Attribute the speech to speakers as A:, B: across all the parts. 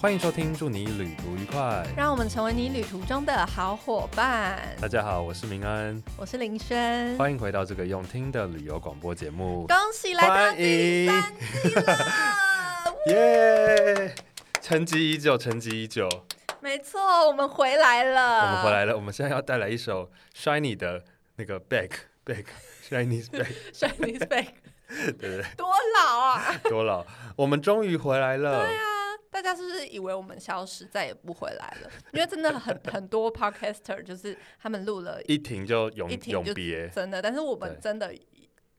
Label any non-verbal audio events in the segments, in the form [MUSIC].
A: 欢迎收听，祝你旅途愉快。
B: 让我们成为你旅途中的好伙伴。
A: 大家好，我是明恩，
B: 我是林轩，
A: 欢迎回到这个用听的旅游广播节目。
B: 恭喜来到
A: 欢
B: 第
A: 迎
B: 三
A: [LAUGHS]
B: 季了。
A: 耶！沉寂已久，沉寂已久，
B: 没错，我们回来
A: 我
B: 了。
A: 们回来了。我们现在要带来一首 Shiny 的那个 Back Back Shiny's
B: [LAUGHS]
A: Back，
B: ，Shining Back，
A: 对对对，
B: 多
A: [LAUGHS]
B: 老啊！
A: 多老，我们终于回来了。
B: 大家是不是以为我们消失，再也不回来了？因为真的
A: [LAUGHS]
B: 很很多 podcaster 就是他们录了
A: 一停就永
B: 一停
A: 永
B: 就
A: 别，
B: 真的，但是我
A: 对
B: 们真的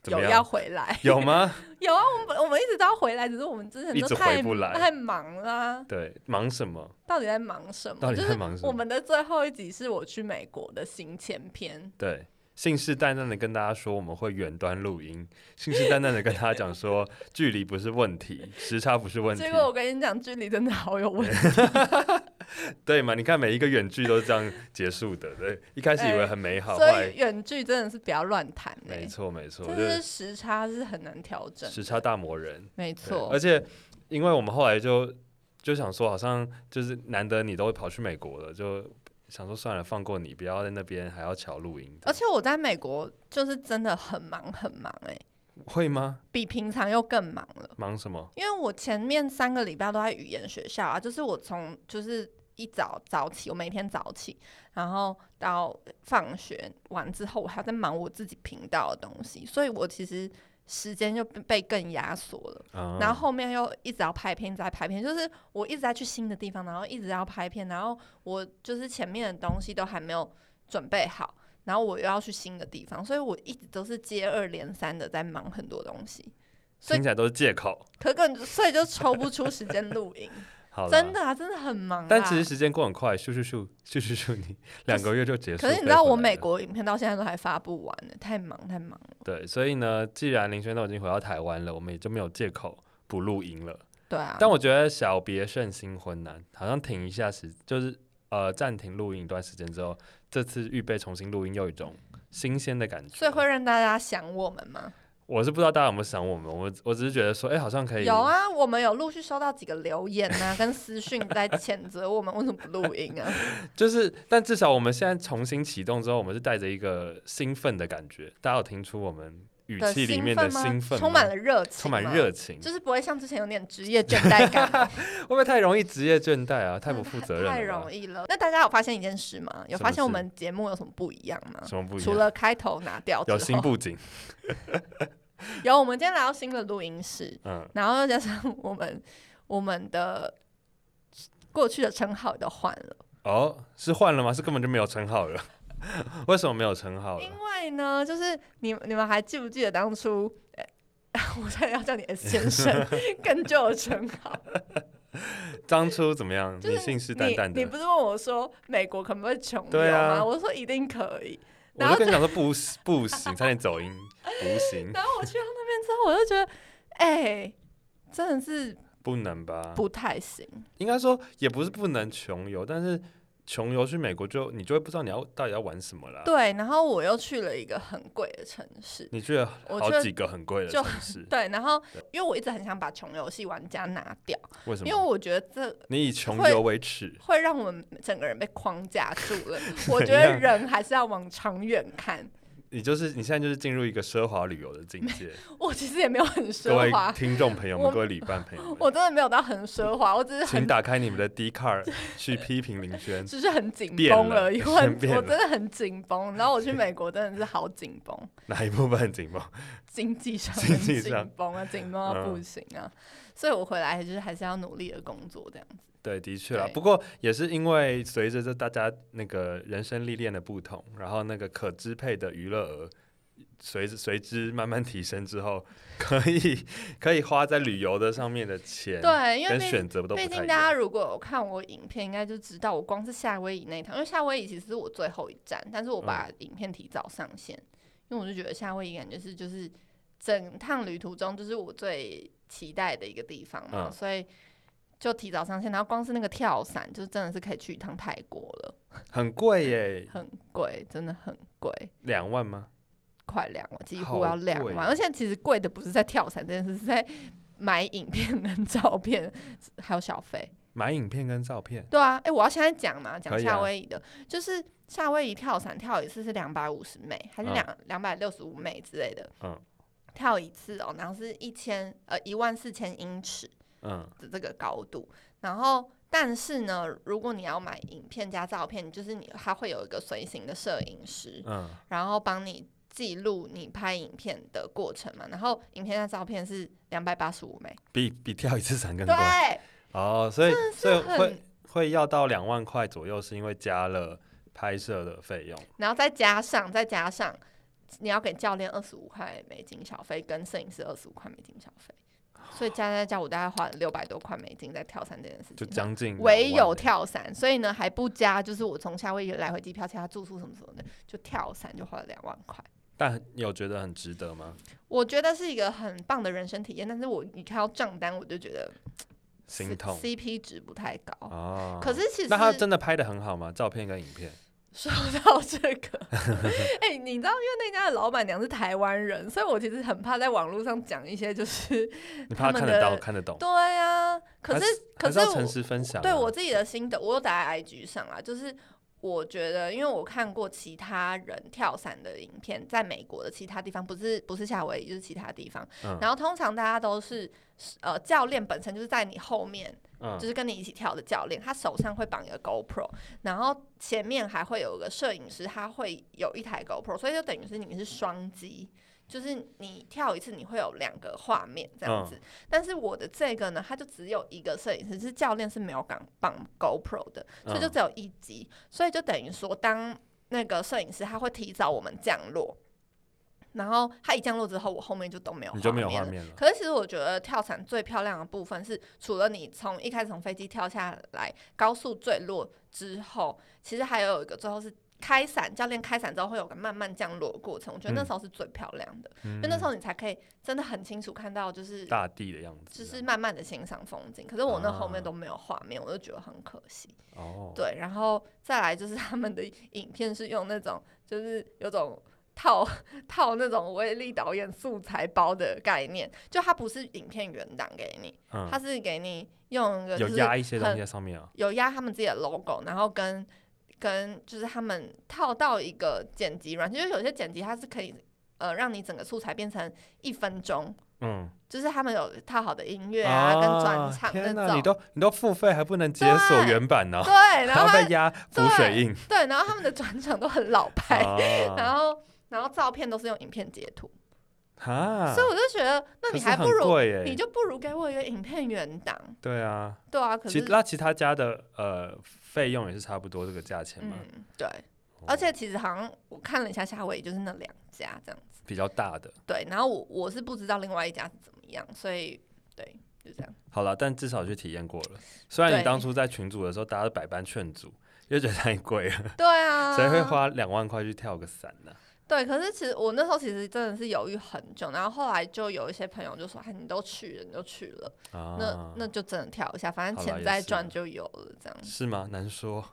A: 怎
B: 有
A: 么
B: 要
A: 样？
B: 回来，
A: 有吗？
B: 有啊，我们我们一直都要回来，只是我们之前
A: 一
B: 都
A: 直
B: 太
A: 回不来
B: 太忙啦、
A: 对，忙什么？
B: 到底在忙什么？
A: 到底在
B: 就是
A: 忙什
B: 我
A: 么
B: 们的最后一集是我去美国的行前篇，
A: 对，信誓旦旦的跟大家说我们会远端录音，信誓旦旦的跟大家讲说距离不是问题，时差不是问题
B: 结，果我跟你讲，距离真的好有问题。
A: 对嘛？你看每一个远距都是这样结束的，对，一开始以为很美 [LAUGHS] 好，后
B: 所以
A: 来哎
B: 远距真的是不要乱谈嘞、
A: 没错没错，
B: 真
A: 就是
B: 时差是很难调整，
A: 时差大魔人，
B: 没
A: 对
B: 错
A: 而，且因为我们后来就就想说，好像就是难得你都跑去美国了，就想说算了，放过你，不要在那边还要瞧录音，
B: 而且我在美国就是真的很忙很忙哎、
A: 会吗？
B: 比平常又更忙了。
A: 忙什么？
B: 因为我前面三个礼拜都在语言学校啊，就是我从就是一早早起，我每天早起，然后到放学完之后，我还要在忙我自己频道的东西，所以我其实时间就被被更压缩了。
A: 啊
B: 然后后面又一直要拍片，一直在拍片，就是我一直在去新的地方，然后一直要拍片，然后我就是前面的东西都还没有准备好，然后我又要去新的地方，所以我一直都是接二连三的在忙很多东西。所以
A: 听起来都是借口。
B: 可根本所以就抽不出时间录音，
A: [LAUGHS] 好啦
B: 真的啊，真的很忙、啊。
A: 但其实，时间过很快，咻咻咻 [LAUGHS] 咻咻咻，你两个月就结束。
B: 可是你知道
A: 飞回来
B: 我美
A: 了
B: 国影片到现在都还发不完呢，太忙太忙了。
A: 对，所以呢，既然林轩都已经回到台湾了，我们也就没有借口不录音了。
B: 对啊，
A: 但我觉得小别胜新婚难，好像停一下时，就是呃暂停录音一段时间之后，这次预备重新录音又有一种新鲜的感觉。
B: 所以会让大家想我们吗？
A: 我是不知道大家有没有想我们，我我只是觉得说，哎、好像可以
B: 有，啊，我们有陆续收到几个留言
A: [LAUGHS]
B: 啊，跟私讯在谴责我们为什么不录音啊。
A: 就是但至少我们现在重新启动之后，我们是带着一个兴奋的感觉。大家有听出我们语
B: 的
A: 气里面的兴奋吗，
B: 充满了热情，
A: 充满热，情，
B: 就是不会像之前有点职业倦怠感嘛，
A: 会不会太容易职业倦怠 [LAUGHS] 啊？太不负责任了吧，
B: 嗯太容易了。那大家有发现一件事吗？有
A: 什么
B: 发现我
A: 事
B: 们节目有什么不一样吗？
A: 什么不一
B: 除
A: 样？
B: 了哦开头拿掉之
A: 有
B: 后，
A: 新布景，
B: [LAUGHS] 有，我们今天来到新的录音室，
A: 嗯，
B: 然后又加上我们我们的过去的称号都换了，
A: 哦，是换了吗？是根本就没有称号了，为什么没有称号
B: 因
A: 了？
B: 为呢，就是你你们还记不记得当初？呃 [LAUGHS] 我现在要叫你 S
A: [LAUGHS]
B: 先生，更旧的称号，
A: 当初怎么样？
B: 就是
A: 你信誓旦旦
B: 你你不
A: 的，
B: 是问我说美国可不可以穷游
A: 对啊
B: 吗？我说一定可以。
A: 我
B: 然
A: 就
B: 后
A: 跟你讲说不行不行，差点走音，不行，
B: 然后我去到那边之后，我就觉得，哎、真的是
A: 不能吧？
B: 不太行。
A: 应该说也不是不能穷游，但是穷游去美国就你就会不知道你要到底要玩什么啦。
B: 对，然后我又去了一个很贵的城市，
A: 你去了
B: 我
A: 好
B: 觉得
A: 几个很贵的
B: 就
A: 城市，
B: 对，然后因为我一直很想把穷游戏玩家拿掉，
A: 为什
B: 因为
A: 么？
B: 我觉得这
A: 你以穷
B: 会
A: 游为耻，
B: 会让我们整个人被框架住
A: [LAUGHS]
B: 了。我
A: 怎
B: 觉得
A: 样
B: 人还是要往长远看。
A: 你就是你现在就是进入一个奢华旅游的境界。
B: 我其实也没有很
A: [LAUGHS] 各位
B: 奢华， [LAUGHS]
A: 听众朋友们，
B: 我
A: 各位旅伴朋友们，
B: [LAUGHS] 我真的没有到很奢华，我只
A: [LAUGHS]
B: 是
A: 请
B: 很
A: 打开你们的 D card 去批评林轩。
B: 只是很紧
A: 变
B: 绷
A: 了
B: 而已，因
A: 先变
B: 为我
A: 了
B: 真的很紧绷。然后
A: [LAUGHS]
B: 我去美国真的是好紧绷，
A: 哪一部分紧绷？
B: 经济上
A: 经
B: 很
A: 济
B: 紧
A: 上
B: 绷啊，紧绷到不
A: 嗯
B: 行啊。所以我回来就是还是要努力的工作这样子。
A: [LAUGHS] 对，的确啦。
B: 对
A: 不过也是因为随着这大家那个人生历练的不同，然后那个可支配的娱乐额随之随之慢慢提升之后， [LAUGHS] 可以可以花在旅游的上面的钱，
B: 对，因为
A: 跟
B: 毕
A: 选择都不
B: 毕
A: 太
B: 竟
A: 一
B: 大
A: 样
B: 家。如果有看我影片，应该就知道我光是夏威夷那一趟，因为夏威夷其实是我最后一站，但是
A: 嗯
B: 我把影片提早上线，因为我就觉得夏威夷感觉是就是整趟旅途中就是我最期待的一个地方嘛，
A: 嗯
B: 所以就提早上线。然后光是那个跳伞，就真的是可以去一趟泰国了，
A: 很贵耶，
B: 很贵，真的很贵。
A: 两万吗？
B: 快两万，几
A: 好
B: 乎要两
A: 贵
B: 万，
A: 哦
B: 而且其实贵的不是在跳伞这件事，是在买影片跟照片还有小费。
A: 买影片跟照片，
B: 对啊，哎、我要现在讲嘛，讲
A: 可以啊
B: 夏威夷的，就是夏威夷跳伞跳一次是两百五十美，还是
A: 嗯
B: 两两百六十五美之类的，
A: 嗯
B: 跳一次哦，然后是一千呃一万四千英尺
A: 嗯
B: 的这个高度，然后。但是呢，如果你要买影片加照片，就是你它会有一个随行的摄影师，
A: 嗯
B: 然后帮你记录你拍影片的过程嘛。然后影片的照片是两百八十五枚，
A: 比 [LAUGHS] 比跳一次伞更贵
B: 对，
A: 哦，所以所以会
B: 很，
A: 会要到两万块左右，是因为加了拍摄的费用，
B: 然后再加上再加上你要给教练二十五块美金小费，跟摄影师二十五块美金小费，所以加加加，我大概花了六百多块美金在跳伞这件事
A: 就
B: 情上。
A: 将近
B: 唯
A: 两
B: 有
A: 万
B: 跳伞，所以呢还不加，就是我从夏威夷来回机票、其他住宿什么什么的，就跳伞就花了两万块。
A: 但有觉得很值得吗？
B: 我觉得是一个很棒的人生体验，但是我一看到账单我就觉得
A: 心痛
B: c p 值不太高。
A: 哦。
B: 可是其实
A: 那他真的拍的很好吗？照片跟影片？
B: 说到这个，哎、你知道，因为那家的老板娘是台湾人，所以我其实很怕在网络上讲一些就是 [LAUGHS]
A: 你怕
B: 他们
A: 看得到
B: 的
A: 看得懂？
B: 对啊，可是可
A: 还是
B: 是
A: 要
B: 我
A: 诚实分享啊。
B: 对我自己的心得，我有打在 IG 上啊，就是我觉得，因为我看过其他人跳伞的影片，在美国的其他地方，不是不是夏威夷，就是其他地方。
A: 嗯
B: 然后通常大家都是呃，教练本身就是在你后面，
A: 嗯
B: 就是跟你一起跳的教练，他手上会绑一个 GoPro，然后前面还会有一个摄影师，他会有一台 GoPro，所以就等于是你是双击。就是你跳一次，你会有两个画面这样
A: 嗯
B: 子，但是我的这个呢，它就只有一个摄影师，是教练是没有绑绑 GoPro 的，所以就
A: 嗯
B: 只有一集，所以就等于说，当那个摄影师他会提早我们降落，然后他一降落之后，我后面就都没有
A: 你就没有
B: 画
A: 画
B: 了。
A: 面了。
B: 可是其实我觉得跳伞最漂亮的部分是，除了你从一开始从飞机跳下来，高速坠落之后，其实还有一个最后是开伞，教练开伞之后会有个慢慢降落的过程，我觉得那
A: 嗯
B: 时候是最漂亮的，
A: 嗯
B: 因为那时候你才可以真的很清楚看到就是
A: 大地的样子
B: 就
A: 啊，
B: 是慢慢的欣赏风景。可是我那后
A: 啊
B: 面都没有画面，我就觉得很可惜。
A: 哦，
B: 对，然后再来就是他们的影片是用那种就是有种套 [LAUGHS] 套那种威力导演素材包的概念，就它不是影片原档给你，
A: 嗯，
B: 它是给你用一个
A: 有
B: 就是
A: 压一些东西
B: 很
A: 在上面啊。
B: 有压他们自己的 logo，然后跟跟就是他们套到一个剪辑软件，就是有些剪辑它是可以呃让你整个素材变成一分钟。
A: 嗯，
B: 就是他们有套好的音乐啊，跟转场
A: 哦天
B: 那
A: 哪，
B: 种
A: 你，都你都付费还不能解锁
B: 对
A: 原版呢，
B: 对，然
A: 还要
B: 后他
A: 再压浮水印。
B: 对，然后他们的转场都很老牌，
A: 啊
B: 然后然后照片都是用影片截图，
A: 哈
B: 所以我就觉得，那
A: 啊可
B: 你
A: 是
B: 还
A: 很
B: 不如
A: 贵欸耶
B: 你就不如给我一个影片原档，
A: 对啊，
B: 对啊，可
A: 其
B: 是
A: 那其他家的呃费用也是差不多这个价钱嘛，
B: 嗯对，
A: 哦
B: 而且其实好像我看了一下夏威夷就是那两家这样子，
A: 比较大的。
B: 对，然后我我是不知道另外一家是怎么样，所以对就
A: [LAUGHS]
B: 这样，
A: 好了，但至少去体验过了。虽然你
B: 对
A: 当初在群组的时候，大家都百般劝阻，因为觉得太贵了，
B: 对啊，
A: 谁会？花两万块去跳个伞呢、
B: 对，可是其实我那时候其实真的是犹豫很久，然后后来就有一些朋友就说，哎，你都去了，你都去了，
A: 啊？
B: 那那就真的跳一下，反正
A: 好啦
B: 钱
A: 也
B: 再
A: 是
B: 赚就有了，这样
A: 是吗？难说，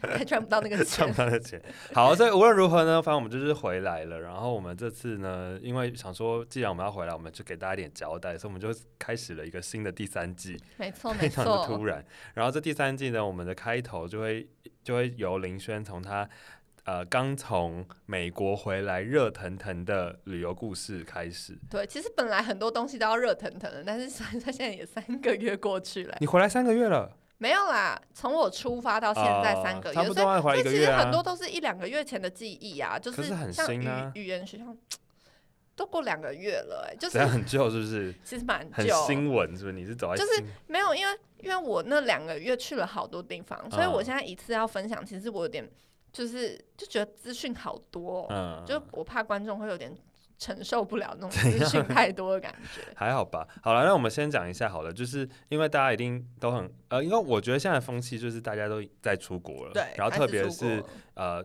B: 还赚不到那
A: [LAUGHS]
B: 个
A: 赚
B: 钱
A: 不，到的钱。好，所以无论如何呢，反正我们就是回来了。然后我们这次呢，因为想说，既然我们要回来，我们就给大家一点交代，所以我们就开始了一个新的第三季。
B: 没错
A: [LAUGHS] 非
B: 没
A: 常的
B: 错，
A: 突然。然后这第三季呢，我们的开头就会就会由林轩从他呃刚从美国回来热腾腾的旅游故事开始。
B: 对，其实本来很多东西都要热腾腾的，但是 [LAUGHS] 他现在也三个月过去了，
A: 你回来三个月了，
B: 没有啦，从我出发到现在三个月，
A: 哦差不多
B: 所以
A: 啊回来一
B: 所以
A: 个
B: 其
A: 月
B: 实
A: 啊。
B: 很多都是一两个月前的记忆啊，就
A: 可是很
B: 像
A: 新
B: 语、
A: 啊
B: 语言学校都过两个月了、哎，就
A: 怎样
B: 是
A: 很旧是不是？
B: 其实蛮
A: 很
B: [LAUGHS] 久，
A: 新闻是不是？你是走在
B: 就是
A: 新
B: 没有，因为因为我那两个月去了好多地方，所以
A: 嗯
B: 我现在一次要分享，其实我有点就是就觉得资讯好多哦、
A: 嗯，
B: 就我怕观众会有点承受不了那种资讯太多的感觉。
A: [LAUGHS]
B: [LAUGHS]
A: 还好吧。好了，那我们先讲一下好了，就是因为大家一定都很呃，因为我觉得现在的风气就是大家都在出国了，
B: 对，
A: 然后
B: 开
A: 特
B: 始
A: 别
B: 出
A: 是
B: 国
A: 呃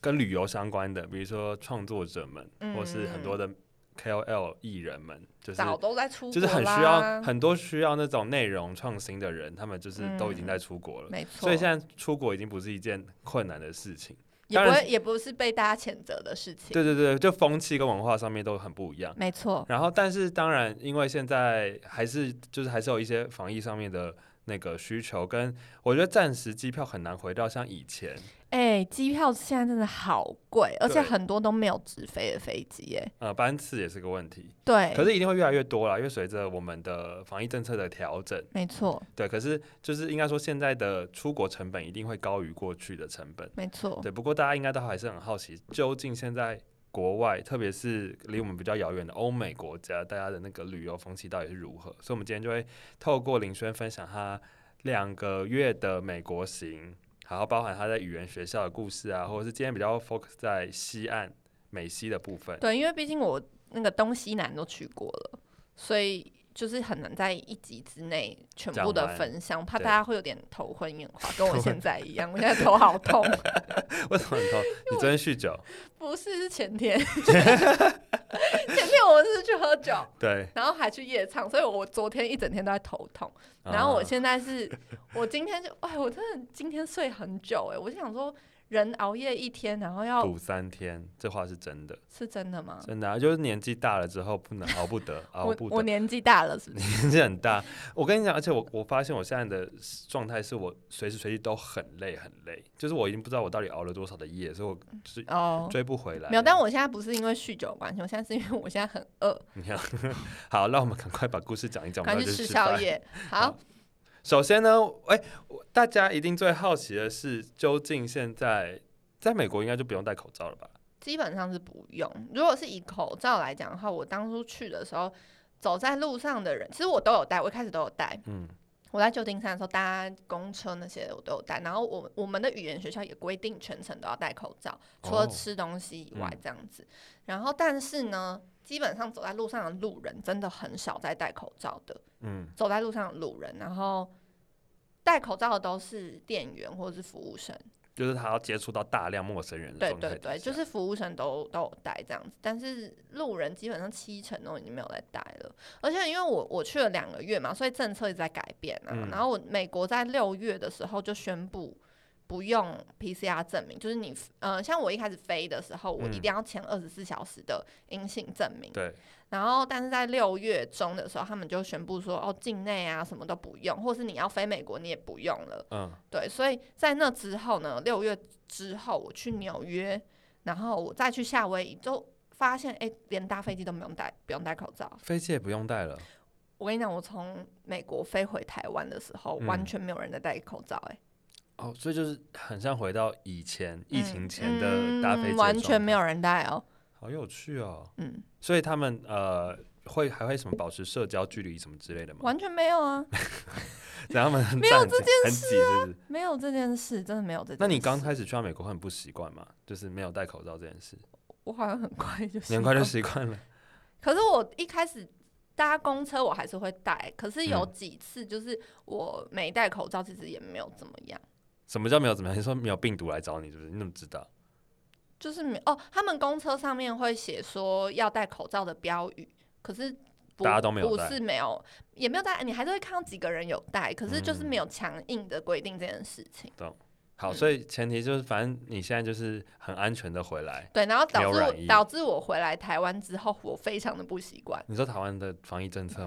A: 跟旅游相关的，比如说创作者们，或是很多的 KOL 艺人们，就是
B: 早都在嗯出
A: 就
B: 国啦，
A: 是很需要很多需要那种内容创新的人，他们就是都已经在出国了，
B: 嗯没错，
A: 所以现在出国已经不是一件困难的事情。
B: 也
A: 当
B: 不
A: 然
B: 会也不是被大家谴责的事情，
A: 对对对，就风气跟文化上面都很不一样。
B: 没错，
A: 然后，但是当然，因为现在还是就是还是有一些防疫上面的那个需求，跟我觉得暂时机票很难回到像以前，
B: 哎、机票现在真的好贵，而且
A: 对
B: 很多都没有直飞的飞机，哎，
A: 呃，班次也是个问题。
B: 对，
A: 可是一定会越来越多啦，因为随着我们的防疫政策的调整，
B: 没错，
A: 对，可是就是应该说现在的出国成本一定会高于过去的成本。
B: 没错，
A: 对，不过大家应该都还是很好奇，究竟现在国外，特别是离我们比较遥远的欧美国家，大家的那个旅游风气到底是如何？所以，我们今天就会透过林轩分享他两个月的美国行，然后包含他在语言学校的故事啊，或者是今天比较 focus 在西岸美西的部分。
B: 对，因为毕竟我那个东西南都去过了，所以就是很难在一集之内全
A: 讲
B: 部的
A: 完
B: 分享，怕
A: 对
B: 大家会有点头昏眼花，跟我现在一样，我现在头
A: [LAUGHS]
B: 好痛。
A: 为什么
B: [LAUGHS]
A: 你头？你昨天酗酒？
B: 不是，是前天， [LAUGHS] 前天我们是去喝酒，
A: 对。
B: 然后还去夜唱，所以我昨天一整天都在头痛。然后我
A: 啊
B: 现在是，我今天就，哎，我真的今天睡很久、哎，我就想说，人熬夜一天，然后要
A: 补三天，这话是真的，
B: 是真的吗？
A: 真的、啊，就是年纪大了之后不能熬不得，熬
B: [LAUGHS] 我
A: 不得
B: 我。年纪大了，
A: [LAUGHS]
B: 是不是？
A: 年纪很大。我跟你讲，而且我我发现我现在的状态是我随时随地都很累很累，就是我已经不知道我到底熬了多少的夜，所以我就是
B: 哦、
A: 追不回来。
B: 没有，但我现在不是因为酗酒的关系，我现在是因为我现在很饿，
A: 你看， [LAUGHS] 好，让我们赶快把故事讲一
B: [LAUGHS]
A: 讲，我
B: 赶
A: 们
B: 快
A: 要
B: 去
A: 去
B: 吃
A: 吃
B: 宵
A: 饭。
B: 夜。
A: [LAUGHS] 好
B: 好，
A: 首先呢，哎、我大家一定最好奇的是，究竟现在在美国应该就不用戴口罩了吧？
B: 基本上是不用。如果是以口罩来讲的话，我当初去的时候，走在路上的人，其实我都有戴，我一开始都有戴。
A: 嗯，
B: 我在旧金山的时候搭公车那些我都有戴，然后我我们的语言学校也规定全程都要戴口罩，除了
A: 哦
B: 吃东西以外
A: 嗯
B: 这样子。然后但是呢，基本上走在路上的路人真的很少在戴口罩的。
A: 嗯，
B: 走在路上的路人，然后戴口罩的都是店员或者是服务生，
A: 就是他要接触到大量陌生人的
B: 对
A: 状态
B: 对
A: 底
B: 对，就
A: 下
B: 是服务生都都有戴这样子，但是路人基本上七成都已经没有在戴了，而且因为我我去了两个月嘛，所以政策一直在改变啊，
A: 嗯
B: 然后我美国在六月的时候就宣布。不用 PCR 证明，就是你，呃，像我一开始飞的时候，我一
A: 嗯
B: 定要签二十四小时的阴性证明，
A: 对，
B: 然后，但是在六月中的时候，他们就宣布说，哦，境内啊什么都不用，或是你要飞美国你也不用了。
A: 嗯，
B: 对，所以在那之后呢，六月之后我去纽约，然后我再去夏威夷，就发现哎，连搭飞机都不用戴，不用戴口罩。
A: 飞机也不用戴了。
B: 我跟你讲，我从美国飞回台湾的时候，
A: 嗯
B: 完全没有人在戴口罩、哎、
A: 哦，所以就是很像回到以前疫情前的
B: 嗯
A: 搭飞机、
B: 嗯完全没，有人戴哦。
A: 好有趣哦。
B: 嗯，
A: 所以他们呃会还会什么保持社交距离什么之类的吗？
B: 完全没有啊，
A: [LAUGHS] 然后他们没有这件事、啊很挤是不是？
B: 没有这件事，真的没有这件事。
A: 那你刚开始去到美国会很不习惯吗？就是没有戴口罩这件事，
B: 我好像很快就
A: 你很快
B: 习
A: 就
B: 惯
A: 习惯了。
B: 可是我一开始搭公车我还是会戴，可是有
A: 嗯
B: 几次就是我没戴口罩，其实也没有怎么样，
A: 什么叫没有怎么样？你说没有病毒来找你是不是？你怎么知道？
B: 就是没哦。他们公车上面会写说要戴口罩的标语，可是不
A: 大家都没有
B: 不
A: 戴
B: 是没有，也没有戴，你还是会看到几个人有戴，可是就是
A: 嗯
B: 没有强硬的规定这件事情。
A: 好，所以前提就是，反正你现在就是很安全的回来。
B: 对，然后
A: 没
B: 导
A: 有
B: 致
A: 染疫
B: 我导致我回来台湾之后，我非常的不习惯， [LAUGHS]
A: 你说台湾的防疫政策吗？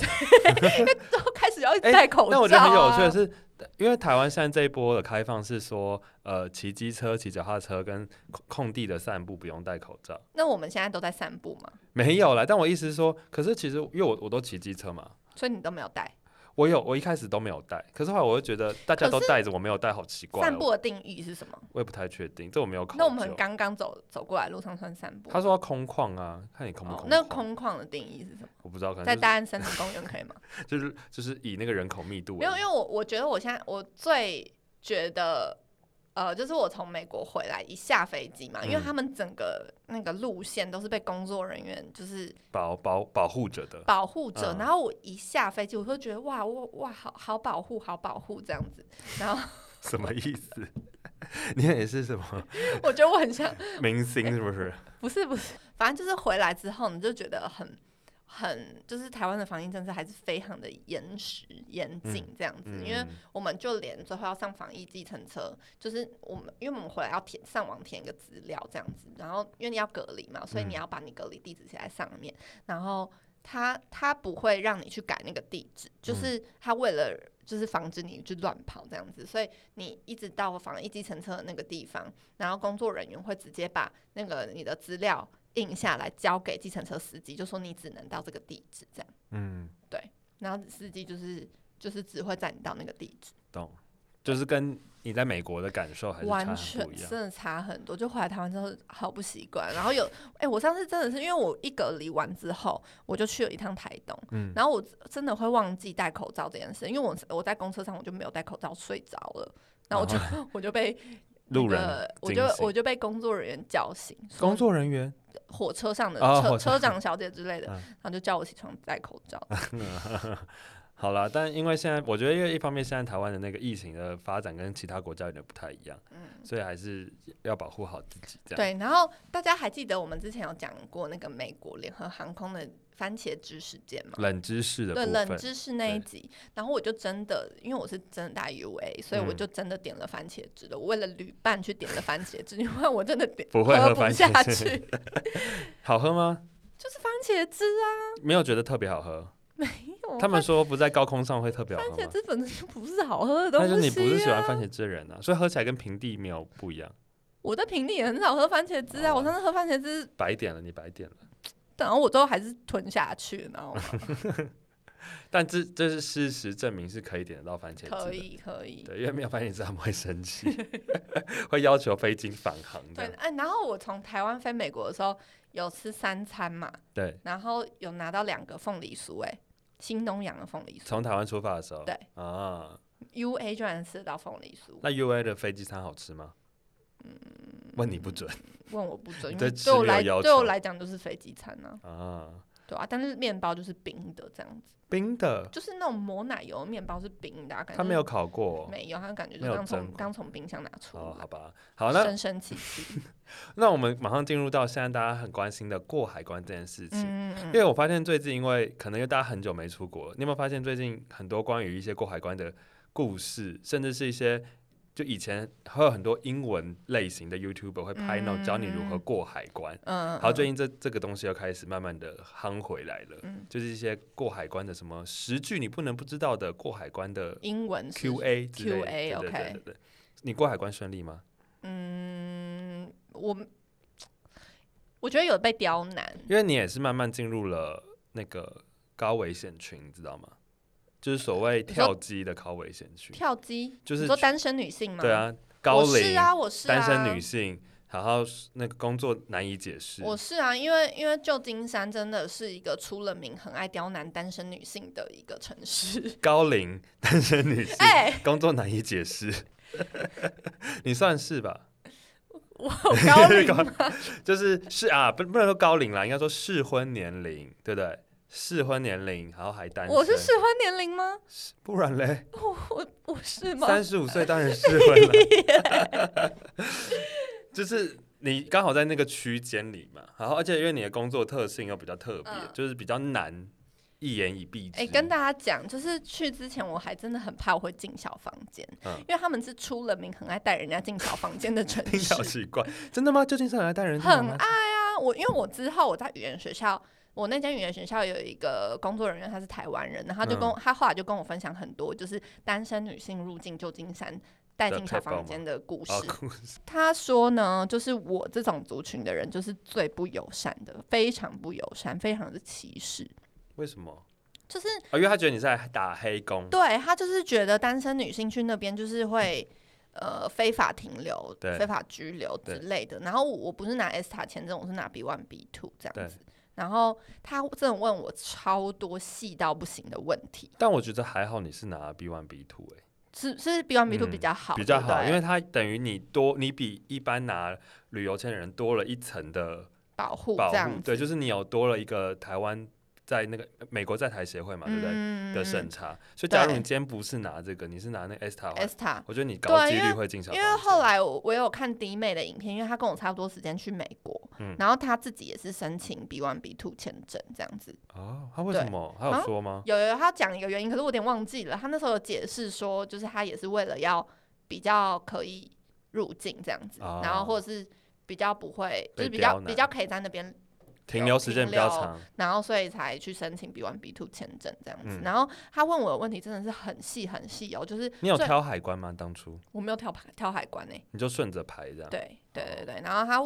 B: 然后开始要一
A: 哎
B: 直戴口罩、啊
A: 那我觉得很有趣的是，因为台湾现在这一波的开放是说，呃，骑机车、骑脚踏车跟空空地的散步不用戴口罩，
B: 那我们现在都在散步嘛，
A: [LAUGHS] 没有啦。但我意思是说，可是其实因为我我都骑机车嘛，
B: 所以你都没有戴。
A: 我有我一开始都没有戴，可是后来我就觉得大家都戴着，我没有戴好奇怪、
B: 散
A: 哦，
B: 步的定义是什么？
A: 我也不太确定，这我没有考究。
B: 那我们刚刚走走过来路上算散步。
A: 他说要空旷啊，看你空不
B: 哦
A: 空、
B: 那，空旷的定义是什么？
A: 我不知道，可
B: 在
A: 能
B: 大安森林公园可以吗？
A: 就是、就是就是以那个人口密度为
B: 没有，因为我我觉得我现在我最觉得，呃，就是我从美国回来一下飞机嘛，因为
A: 嗯
B: 他们整个那个路线都是被工作人员就是
A: 保保保护着的，
B: 保护着，
A: 嗯
B: 然后我一下飞机，我就觉得哇，我哇，好好保护，好保护这样子。 [LAUGHS] 然后
A: 什么意思？ [LAUGHS] 你也是什么
B: 我觉得我很像，
A: 明星是不是？
B: 不是不是，反正就是回来之后，你就觉得很很，就是台湾的防疫政策还是非常的严实严谨这样子， [LAUGHS] 因为
A: 嗯
B: 我们就连最后要上防疫计程车，就是我们因为我们回来要填上网填一个资料这样子，然后因为你要隔离嘛，所以你
A: 嗯
B: 要把你隔离地址写在上面，然后。他他不会让你去改那个地址，就
A: 嗯
B: 是他为了就是防止你去乱跑这样子，所以你一直到防疫计程车的那个地方，然后工作人员会直接把那个你的资料印下来交给计程车司机，就说你只能到这个地址这样，
A: 嗯，
B: 然后司机就是就是只会载你到那个地址，
A: 懂，就是跟你在美国的感受还是差
B: 完
A: 很
B: 全
A: 不一样。
B: 真的差很多。就回来台湾之后好不习惯，然后有哎、我上次真的是因为我一隔离完之后，我就去了一趟台东。
A: 嗯，
B: 然后我真的会忘记戴口罩这件事，因为我我在公车上我就没有戴口罩睡着了，然后我就、 [LAUGHS] 我就被
A: [LAUGHS]
B: 那
A: 路人
B: 个我
A: 惊
B: 就
A: 醒
B: 我就被工作人员叫醒，说
A: 工作人员，
B: 火车上的
A: 哦
B: 车、
A: 火车
B: 车长小姐之类的，
A: 嗯
B: 然后就叫我起床戴口罩。
A: [LAUGHS] 好啦，但因为现在我觉得，因为一方面现在台湾的那个疫情的发展跟其他国家有点不太一样，
B: 嗯
A: 所以还是要保护好自己。这样
B: 对，然后大家还记得我们之前有讲过那个美国联合航空的番茄汁事件吗？
A: 冷知识的
B: 对
A: 部
B: 冷
A: 分，
B: 知识那一
A: 对
B: 集，然后我就真的，因为我是真的打 U A，所以我
A: 嗯
B: 就真的点了番茄汁了。我为了旅伴去点了番茄汁， [LAUGHS] 因为我真的点
A: 不会喝
B: 喝
A: 番
B: 不
A: 茄
B: 下
A: 汁
B: 去， [LAUGHS]
A: 好喝吗？
B: 就是番茄汁啊。
A: 没有觉得特别好喝。
B: 因为我
A: 他们说不在高空上会特别好
B: 番
A: 喝
B: 番茄
A: 吗？
B: 汁本身就不是好喝的东
A: 但
B: 西、啊。
A: 是你不是喜欢番茄汁的人啊，所以喝起来跟平地没有不一样。
B: 我在平地也很少喝番茄汁啊。
A: 哦
B: 我上次喝番茄汁，
A: 白点了，你白点了。
B: 然后我最后还是吞下去，你知道吗？
A: 但这这是事实证明是可以点得到番茄汁的。
B: 可以可以。
A: 对，因为没有番茄汁他们会生气， [LAUGHS] 会要求飞机返航
B: 对
A: 的。，
B: 哎，然后我从台湾飞美国的时候有吃三餐嘛，
A: 对，
B: 然后有拿到两个凤梨酥、哎，新东阳的凤梨酥
A: 从台湾出发的时候。
B: 对
A: 啊，
B: ，U A 居然吃得到凤梨酥，
A: 那 U A 的飞机餐好吃吗？
B: 嗯
A: 问你不准
B: 问我不准，因
A: 对
B: 为
A: 吃
B: 对我
A: 没有
B: 来
A: 要
B: 对我
A: 求
B: 来讲就是飞机餐啊，
A: 啊，
B: 对啊，但是面包就是冰的这样子，
A: 冰的，
B: 就是那种抹奶油的面包是冰的、啊，感觉
A: 它没有烤过。
B: 没有，他感觉
A: 没
B: 就
A: 有
B: 刚
A: 蒸
B: 从
A: 过
B: 刚从冰箱拿出
A: 哦，
B: 来
A: 好，吧，好，那
B: 生
A: [LAUGHS]
B: 生气气。
A: 那我们马上进入到现在大家很关心的过海关这件事情。
B: 嗯嗯
A: 因
B: 嗯，
A: 为我发现最近，因为可能因为大家很久没出国，你有没有发现最近很多关于一些过海关的故事，甚至是一些就以前还有很多英文类型的 YouTube 会拍那种教你如何过海关。
B: 嗯，
A: 好，
B: 嗯
A: 最近这这个东西又开始慢慢的夯回来了，
B: 嗯
A: 就是一些过海关的什么十句你不能不知道的过海关的
B: 嗯英文是
A: QA 之类的对
B: QA
A: 对
B: OK
A: 对对对。你过海关顺利吗？
B: 嗯，我我觉得有被刁难，
A: 因为你也是慢慢进入了那个高危险群，你知道吗？就是所谓
B: 你说
A: 跳机的高危险群，
B: 跳机
A: 就是
B: 你说单身女性吗？
A: 对，啊，高
B: 我
A: 龄、
B: 是啊，我是啊
A: 单身女性，然后是那个工作难以解释，
B: 我是啊，因为因为旧金山真的是一个出了名很爱刁难单身女性的一个城市。
A: [LAUGHS] 高龄单身女性、
B: 哎
A: 工作难以解释， [LAUGHS] 你算是吧？
B: 我有高
A: [LAUGHS]
B: 龄
A: 高
B: 吗
A: 就是是啊，不不能说高龄啦，应该说适婚年龄，对不对？适婚年龄，然后还单身，
B: 我是适婚年龄吗？
A: 不然嘞，
B: 我我是吗？
A: 三十五岁当然适婚了，
B: [LAUGHS]
A: 就是你刚好在那个区间里嘛，然后而且因为你的工作特性又比较特别，
B: 嗯
A: 就是比较难一言以蔽之。
B: 哎、跟大家讲，就是去之前我还真的很怕我会进小房间，
A: 嗯
B: 因为他们是出了名很爱带人家进小房间的城
A: 听起来好
B: 市，
A: 奇怪，真的吗？旧金山来带人进来
B: 很
A: 吗哦
B: 爱啊。我因为我之后我在语言学校，我那间语言学校有一个工作人员，他是台湾人，然后他就
A: 嗯
B: 跟我、他后来就跟我分享很多就是单身女性入境旧金山。带
A: 的
B: 进小
A: pebble 吗
B: 房间的故事
A: 啊，，故事
B: 他说呢，就是我这种族群的人，就是最不友善的，非常不友善，非常的歧视。
A: 为什么？
B: 就是
A: 啊，因为他觉得你在打黑工，
B: 对他就是觉得单身女性去那边就是会呃非法停留、
A: 对
B: 非法拘留之类的。然后我我不是拿 S 塔签证，我是拿 B one B two 这
A: 对
B: 样子。然后他真的问我超多细到不行的问题，
A: 但我觉得还好，你是拿 B one B two 哎，
B: 是是 B one B two
A: 嗯
B: 比较好，
A: 比较
B: 对不
A: 好，
B: 对
A: 因为它等于你多，你比一般拿旅游签的人多了一层的
B: 保护
A: 保
B: 这样
A: 护，
B: 子，
A: 对，就是你有多了一个台湾在那个呃美国在台协会嘛，对不对？
B: 嗯
A: 的审查，所以假如
B: 对
A: 你今天不是拿这个，你是拿那 S 塔，
B: S 塔。
A: 我觉得你高
B: 对
A: 几
B: 因
A: 率
B: 为
A: 会进小
B: 嗯因
A: 房间。
B: 为后来我我有看迪妹的影片，因为她跟我差不多时间去美国，
A: 嗯
B: 然后她自己也是申请 B one B two 签证这样子，
A: 哦，他为
B: 对
A: 什么？他有
B: 啊
A: 说吗？
B: 有有，他讲一个原因，可是我有点忘记了。他那时候有解释说，就是他也是为了要比较可以入境这样子，
A: 哦
B: 然后或者是比较不会，就是
A: 被
B: 比较
A: 刁难
B: 比较可以在那边
A: 停留时间比较
B: 停留
A: 长，
B: 然后所以才去申请 B one B two 签证这样子。
A: 嗯
B: 然后他问我的问题真的是很细很细哦，就是
A: 你有
B: 最
A: 挑海关吗？当初
B: 我没有跳跳海关呢、欸
A: 你就顺着排这样，
B: 对对
A: 哦
B: 对对，然后他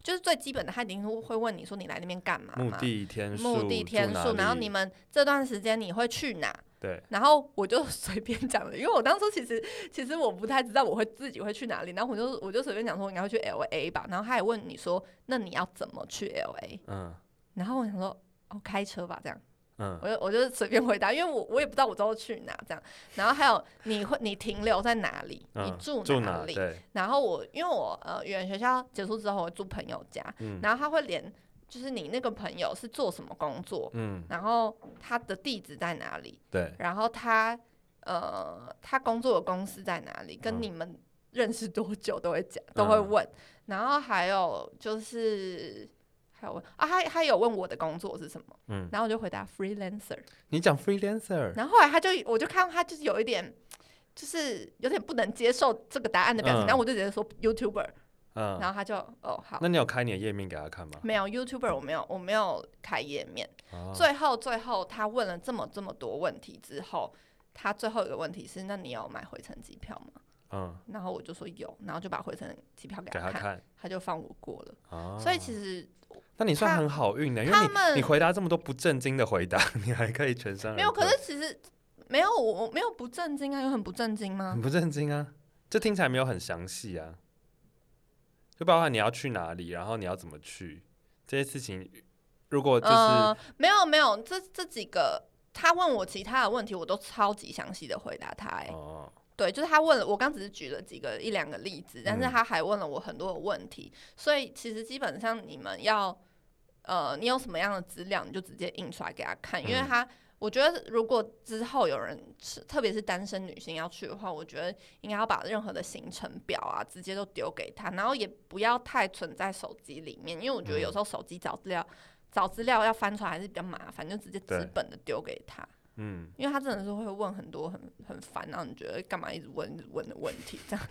B: 就是最基本的，他一定会问你说你来那边干嘛
A: 目
B: 嘛？
A: 的天数，
B: 啊目的天
A: 住哪
B: 数，然后
A: 里
B: 你们这段时间你会去哪？
A: 对
B: 然后我就 [LAUGHS] 随便讲了，因为我当初其实其实我不太知道我会自己会去哪里，然后我就我就随便讲说我应该会去 L A 吧，然后他也问你说那你要怎么去 L A？
A: 嗯
B: 然后我想说哦开车吧这样，
A: 嗯
B: 我就我就随便回答，因为我我也不知道我之后去哪这样，然后还有你会你停留在哪里，你
A: 嗯，
B: 住
A: 住
B: 哪里，
A: 对，
B: 然后我因为我呃语言学校结束之后，我住朋友家，
A: 嗯
B: 然后他会连就是你那个朋友是做什么工作，
A: 嗯
B: 然后他的地址在哪里，
A: 对，
B: 然后他呃他工作的公司在哪里，跟
A: 嗯
B: 你们认识多久都会讲，都会
A: 嗯
B: 问。然后还有就是还有问啊，他他有问我的工作是什么，
A: 嗯，
B: 然后我就回答 freelancer。
A: 你讲 freelancer，
B: 然后后来他就我就看到他就是有一点。就是有点不能接受这个答案的表情，
A: 嗯
B: 然后我就直接说 YouTuber，
A: 嗯，
B: 然后他就哦好，
A: 那你有开你的页面给他看吗？
B: 没有 YouTuber 我没有我没有开页面。
A: 啊
B: 最后最后他问了这么这么多问题之后，他最后一个问题是那你有买回程机票吗？
A: 嗯，
B: 然后我就说有，然后就把回程机票给
A: 给
B: 他
A: 他
B: 看，
A: 看
B: 他就放我过了。
A: 啊。
B: 所以其实
A: 那你算
B: 他
A: 很好运的，因为
B: 他
A: 你
B: 们
A: 你回答这么多不正经的回答， [LAUGHS] 你还可以全身而
B: 没有，
A: 退
B: 可是其实没有我我没有不正经啊，有很不正经吗
A: 很？不正经啊，这听起来没有很详细啊，就包括你要去哪里，然后你要怎么去这些事情，如果就是、
B: 呃，没有没有，这这几个他问我其他的问题，我都超级详细的回答他、欸。
A: 哦，
B: 对，就是他问了我，刚只是举了几个一两个例子，但是
A: 嗯
B: 他还问了我很多的问题，所以其实基本上你们要，呃，你有什么样的资料，你就直接印出来给他看，因为
A: 嗯
B: 他，我觉得如果之后有人是，特别是单身女性要去的话，我觉得应该要把任何的行程表啊，直接都丢给他，然后也不要太存在手机里面，因为我觉得有
A: 嗯
B: 时候手机找资料。找资料要翻出来还是比较麻烦，就直接
A: 对
B: 纸本的丢给他。
A: 嗯，
B: 因为他真的是会问很多很很烦，让你觉得干嘛一直问一直问的问题，这样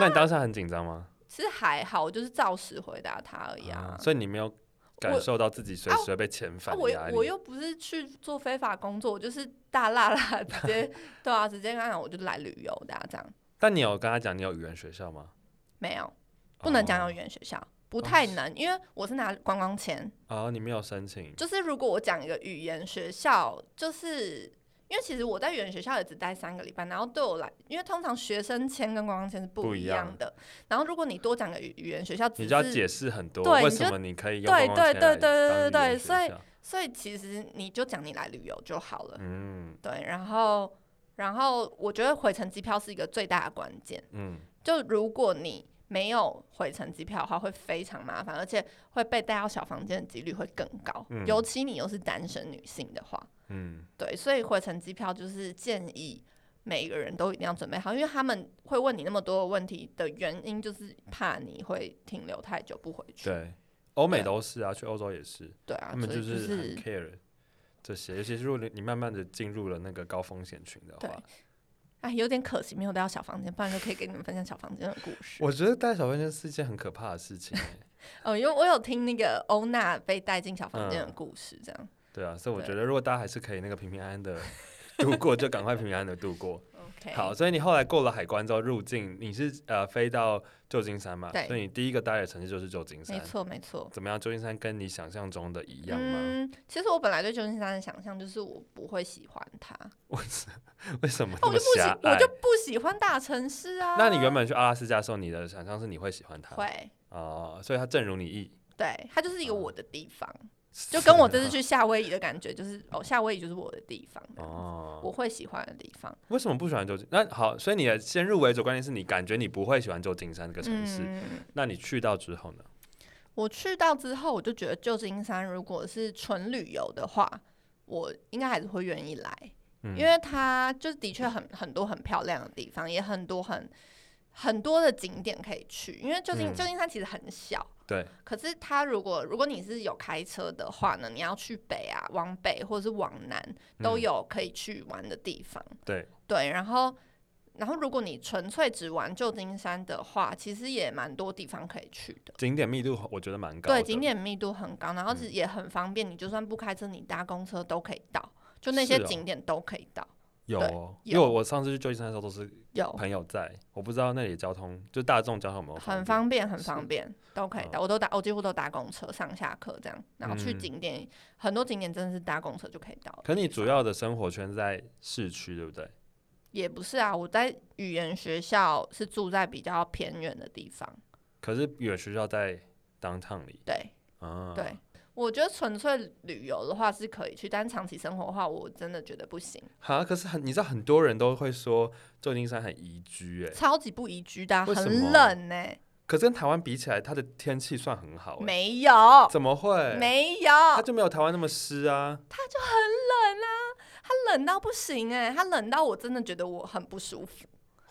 A: 那你当下很紧张吗？
B: 其实还好，我就是照实回答他而已啊。
A: 啊所以你没有感
B: 我
A: 受到自己随
B: 啊
A: 时会被遣
B: 啊
A: 返
B: 我
A: 的
B: 又
A: 压
B: 我
A: 力。
B: 又不是去做非法工作，我就是大辣辣
A: [LAUGHS]
B: 直接对啊，直接跟他讲我就来旅游的、啊、这样，
A: 但你有跟他讲你有语言学校吗？
B: 没有不能讲
A: 哦
B: 有语言学校，不太能，因为我是拿观光签，
A: 哦，你没有申请，
B: 就是如果我讲一个语言学校，就是因为其实我在语言学校也只待三个礼拜，然后对我来，因为通常学生签跟观光签是
A: 不
B: 不
A: 一
B: 一
A: 样
B: 样的。然后如果你多讲个语语言学校，只
A: 你就要
B: 是
A: 解释很多
B: 对你
A: 为
B: 就
A: 什么你可以用观
B: 对
A: 光
B: 对
A: 签
B: 对
A: 来
B: 对
A: 当
B: 对
A: 语言学
B: 对所以
A: 校
B: 所以其实你就讲你来旅游就好了。
A: 嗯
B: 对，然后然后我觉得回程机票是一个最大的关键。
A: 嗯
B: 就如果你没有回程机票的话，会非常麻烦，而且会被带到小房间的几率会更高。
A: 嗯
B: 尤其你又是单身女性的话，
A: 嗯
B: 对，所以回程机票就是建议每个人都一定要准备好，因为他们会问你那么多的问题的原因，就是怕你会停留太久不回去。
A: 对，欧美
B: 对
A: 都是啊，去欧洲也是，
B: 对啊
A: 他，们
B: 所以就
A: 就是很
B: 是
A: care 这些，尤其是如果你慢慢的进入了那个高风险群的
B: 对
A: 话，
B: 哎，有点可惜没有带到小房间，不然就可以给你们分享小房间的故事。
A: 我觉得带小房间是一件很可怕的事
B: [LAUGHS]
A: 情欸，
B: 哦，因为我有听那个欧娜被带进小房间
A: 嗯
B: 的故事，这样。
A: 对啊，所以我
B: 对
A: 觉得如果大家还是可以那个平平安安
B: [LAUGHS]
A: 的度过，就赶快平平安安的度过。
B: OK，
A: 好，，所以你后来过了海关之后入境，你是呃飞到旧金山嘛？
B: 对
A: 所以你第一个待的城市就是旧金
B: 没
A: 山。
B: 错没错。
A: 怎么样？旧金山跟你想象中的一样吗？
B: 嗯，其实我本来对旧金山的想象就是我不会喜欢它，
A: [LAUGHS] 为什为什么这
B: 我
A: 么
B: 哦就不喜
A: 狭，
B: 我
A: 隘
B: 就？不喜欢大城市啊。
A: 那你原本去阿拉斯加的时候，你的想象是你会喜欢它
B: 会
A: 哦，所以它正如你意，
B: 对，它就是一个
A: 嗯
B: 我的地方，就跟我这次
A: [LAUGHS] 是
B: 去夏威夷的感觉，就是哦，夏威夷就是我的地方，
A: 啊哦，
B: 我会喜欢的地方。
A: 为什么不喜欢旧金？那好，所以你的先入为主观念是你感觉你不会喜欢旧金山这个城市，
B: 嗯，
A: 那你去到之后呢？
B: 我去到之后，我就觉得旧金山如果是纯旅游的话，我应该还是会愿意来，
A: 嗯
B: 因为它就是的确很很多很漂亮的地方，也很多很很多的景点可以去。因为旧金、
A: 嗯
B: 旧金山其实很小，
A: 对，
B: 可是它如果如果你是有开车的话呢，你要去北啊，往北或者是往南，都
A: 嗯
B: 有可以去玩的地方。
A: 对
B: 对，然后然后如果你纯粹只玩旧金山的话，其实也蛮多地方可以去的。
A: 景点密度我觉得蛮高的。嗯
B: 对，景点密度很高，然后其实也很方便，你就算不开车，你搭公车都可以到，就那些
A: 是哦
B: 景点都可以到。
A: 有
B: 对
A: 哦，
B: 有
A: 因为我我上次去旧金山的时候都是
B: 有，
A: 朋友在，我不知道那里的交通就大众交通有没有
B: 很
A: 方
B: 方便，很
A: 是
B: 方便，都可以
A: 啊
B: 搭。我都搭，我几乎都搭公车上下课这样，然后去
A: 嗯
B: 景点，很多景点真的是搭公车就可以到了。
A: 便。可你主要的生活圈在市区，对不对？
B: 也不是啊，我在语言学校是住在比较偏远的地方，
A: 可是有学校在 downtown 里
B: 对
A: 啊。
B: 对。我觉得纯粹旅游的话是可以去，但长期生活的话，我真的觉得不行，
A: 哈，可是很，你知道很多人都会说旧金山很宜居，哎，
B: 超级不宜居的啊、
A: 为什么
B: 很冷呢、
A: 可是跟台湾比起来，它的天气算很好，哎，
B: 没有，
A: 怎么会？
B: 没有，
A: 它
B: 它
A: 就没有台湾那么湿啊。
B: 冷到不行哎、它冷到我真的觉得我很不舒服。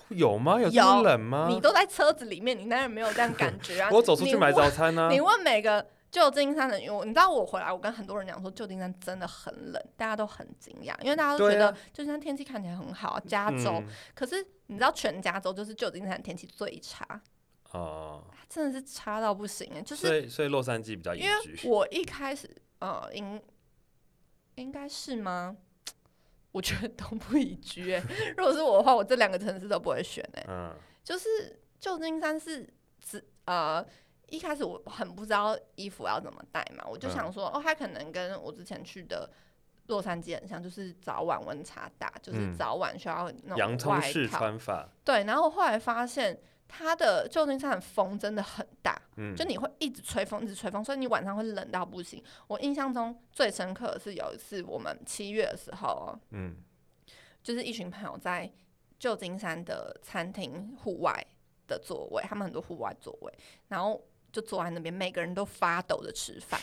A: 有吗？有这么
B: 有
A: 冷吗？。
B: 你都在车子里面，你当然没有这样感觉啊
A: 啊 [LAUGHS] 我走出去买早餐啊呢、
B: 你问每个旧金山的，因为我你知道我回来，我跟很多人讲说旧金山真的很冷，大家都很惊讶，因为大家都觉
A: 对
B: 得
A: 啊
B: 旧金山天气看起来很好啊，加
A: 嗯
B: 州。可是你知道全加州就是旧金山天气最差，
A: 哦，
B: 它真的是差到不行哎，就
A: 所
B: 是
A: 以所以洛杉矶比较宜
B: 因为
A: 居。
B: 我一开始呃应应该是吗？ [LAUGHS] 我觉得都不宜居哎， [LAUGHS] 如果是我的话，我这两个城市都不会选哎。
A: 嗯，
B: 就是旧金山是只呃一开始我很不知道衣服要怎么带嘛，我就
A: 嗯
B: 想说、哦，它可能跟我之前去的洛杉矶很像，就是早晚温差大，就是
A: 嗯
B: 早晚需要那
A: 洋
B: 种
A: 葱
B: 外
A: 式
B: 套。
A: 穿法，
B: 对，然后后来发现它的旧金山的风真的很大，
A: 嗯，
B: 就你会一直吹风，一直吹风，所以你晚上会冷到不行。我印象中最深刻的是有一次我们七月的时候、哦， [LAUGHS]
A: 嗯，
B: 就是一群朋友在旧金山的餐厅户外的座位，他们很多户外座位，然后就坐在那边，每个人都发抖的吃饭，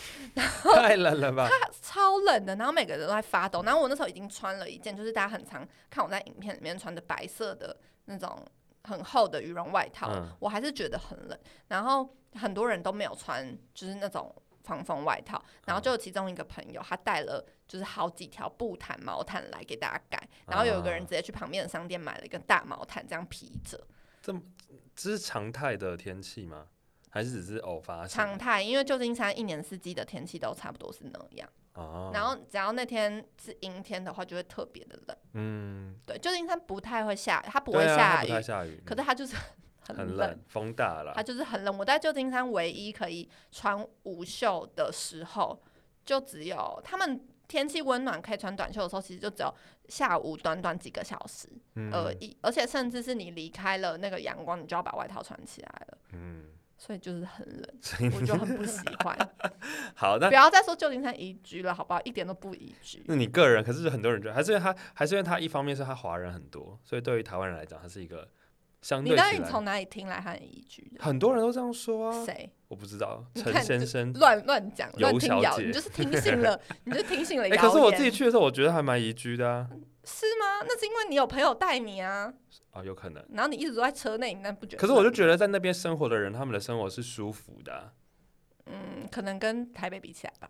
A: 太冷了吧？
B: 超冷的，然后每个人都在发抖。然后我那时候已经穿了一件，就是大家很常看我在影片里面穿的白色的那种很厚的羽绒外套，
A: 嗯
B: 我还是觉得很冷。然后很多人都没有穿，就是那种。防风外套，
A: 嗯
B: 然后就有其中一个朋友，他带了就是好几条布毯、毛毯来给大家盖，然后有一个人
A: 啊
B: 直接去旁边的商店买了一个大毛毯，这样披着。
A: 这是常态的天气吗？还是只是偶发性？
B: 常态，因为旧金山一年四季的天气都差不多是那样，
A: 哦，
B: 然后只要那天是阴天的话，就会特别的冷。
A: 嗯，
B: 对，旧金山不太会下，它不会
A: 对啊它
B: 下
A: 不
B: 雨，
A: 太下雨，
B: 可
A: 嗯
B: 是它就是很
A: 很
B: 冷，，
A: 风大了
B: 它。就是很冷。我在旧金山唯一可以穿无袖的时候，就只有他们天气温暖可以穿短袖的时候，其实就只有下午短短几个小时
A: 嗯
B: 而已，而且甚至是你离开了那个阳光，你就要把外套穿起来了，
A: 嗯，
B: 所以就是很
A: [LAUGHS]
B: 冷，我就很不喜欢。
A: 好，那
B: 不要再说旧金山宜居了，好不好？一点都不宜居。
A: 那你个人，可是很多人觉得，还是因为他，还是因为他一方面是他华人很多，所以对于台湾人来讲，他是一个相
B: 你
A: 对
B: 到底
A: 起来，
B: 从哪里听来它很宜居的？
A: 很多人都这样说啊。
B: 谁
A: 我不知道，
B: 你
A: 陈
B: 看
A: 先
B: 这
A: 生。
B: 乱乱讲
A: 尤
B: 乱听
A: 小
B: 谣？
A: 姐 [LAUGHS]
B: 你就是听信了，你就听信了
A: 哎、
B: 谣言。
A: 可是我自己去的时候，我觉得还蛮宜居的啊。
B: 是吗？那是因为你有朋友带你啊，
A: 啊，有可能。
B: 然后你一直都在车内，那不觉得？
A: 可是我就觉得在那边生活的人，他们的生活是舒服的啊、
B: 嗯，可能跟台北比起来吧。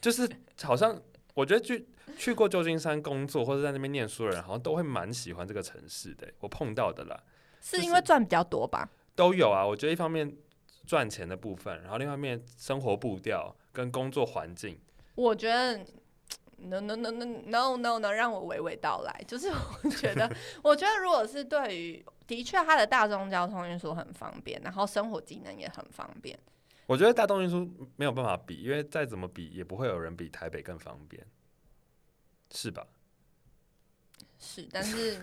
A: 就是好像我觉得去去过旧金山工作或者在那边念书的人，好像都会蛮喜欢这个城市的。欸我碰到的啦，
B: 是
A: 就是
B: 因为赚比较多吧？
A: 都有啊。我觉得一方面赚钱的部分，然后另外一方面生活步调跟工作环境，
B: 我觉得 no no no no no no no，让我娓娓道来。就是我觉
A: [LAUGHS]
B: 得，我觉得如果是对于，的确它的大众交通运输很方便，然后生活技能也很方便。
A: 我觉得大众运输没有办法比，因为再怎么比也不会有人比台北更方便，是吧？
B: 是，但是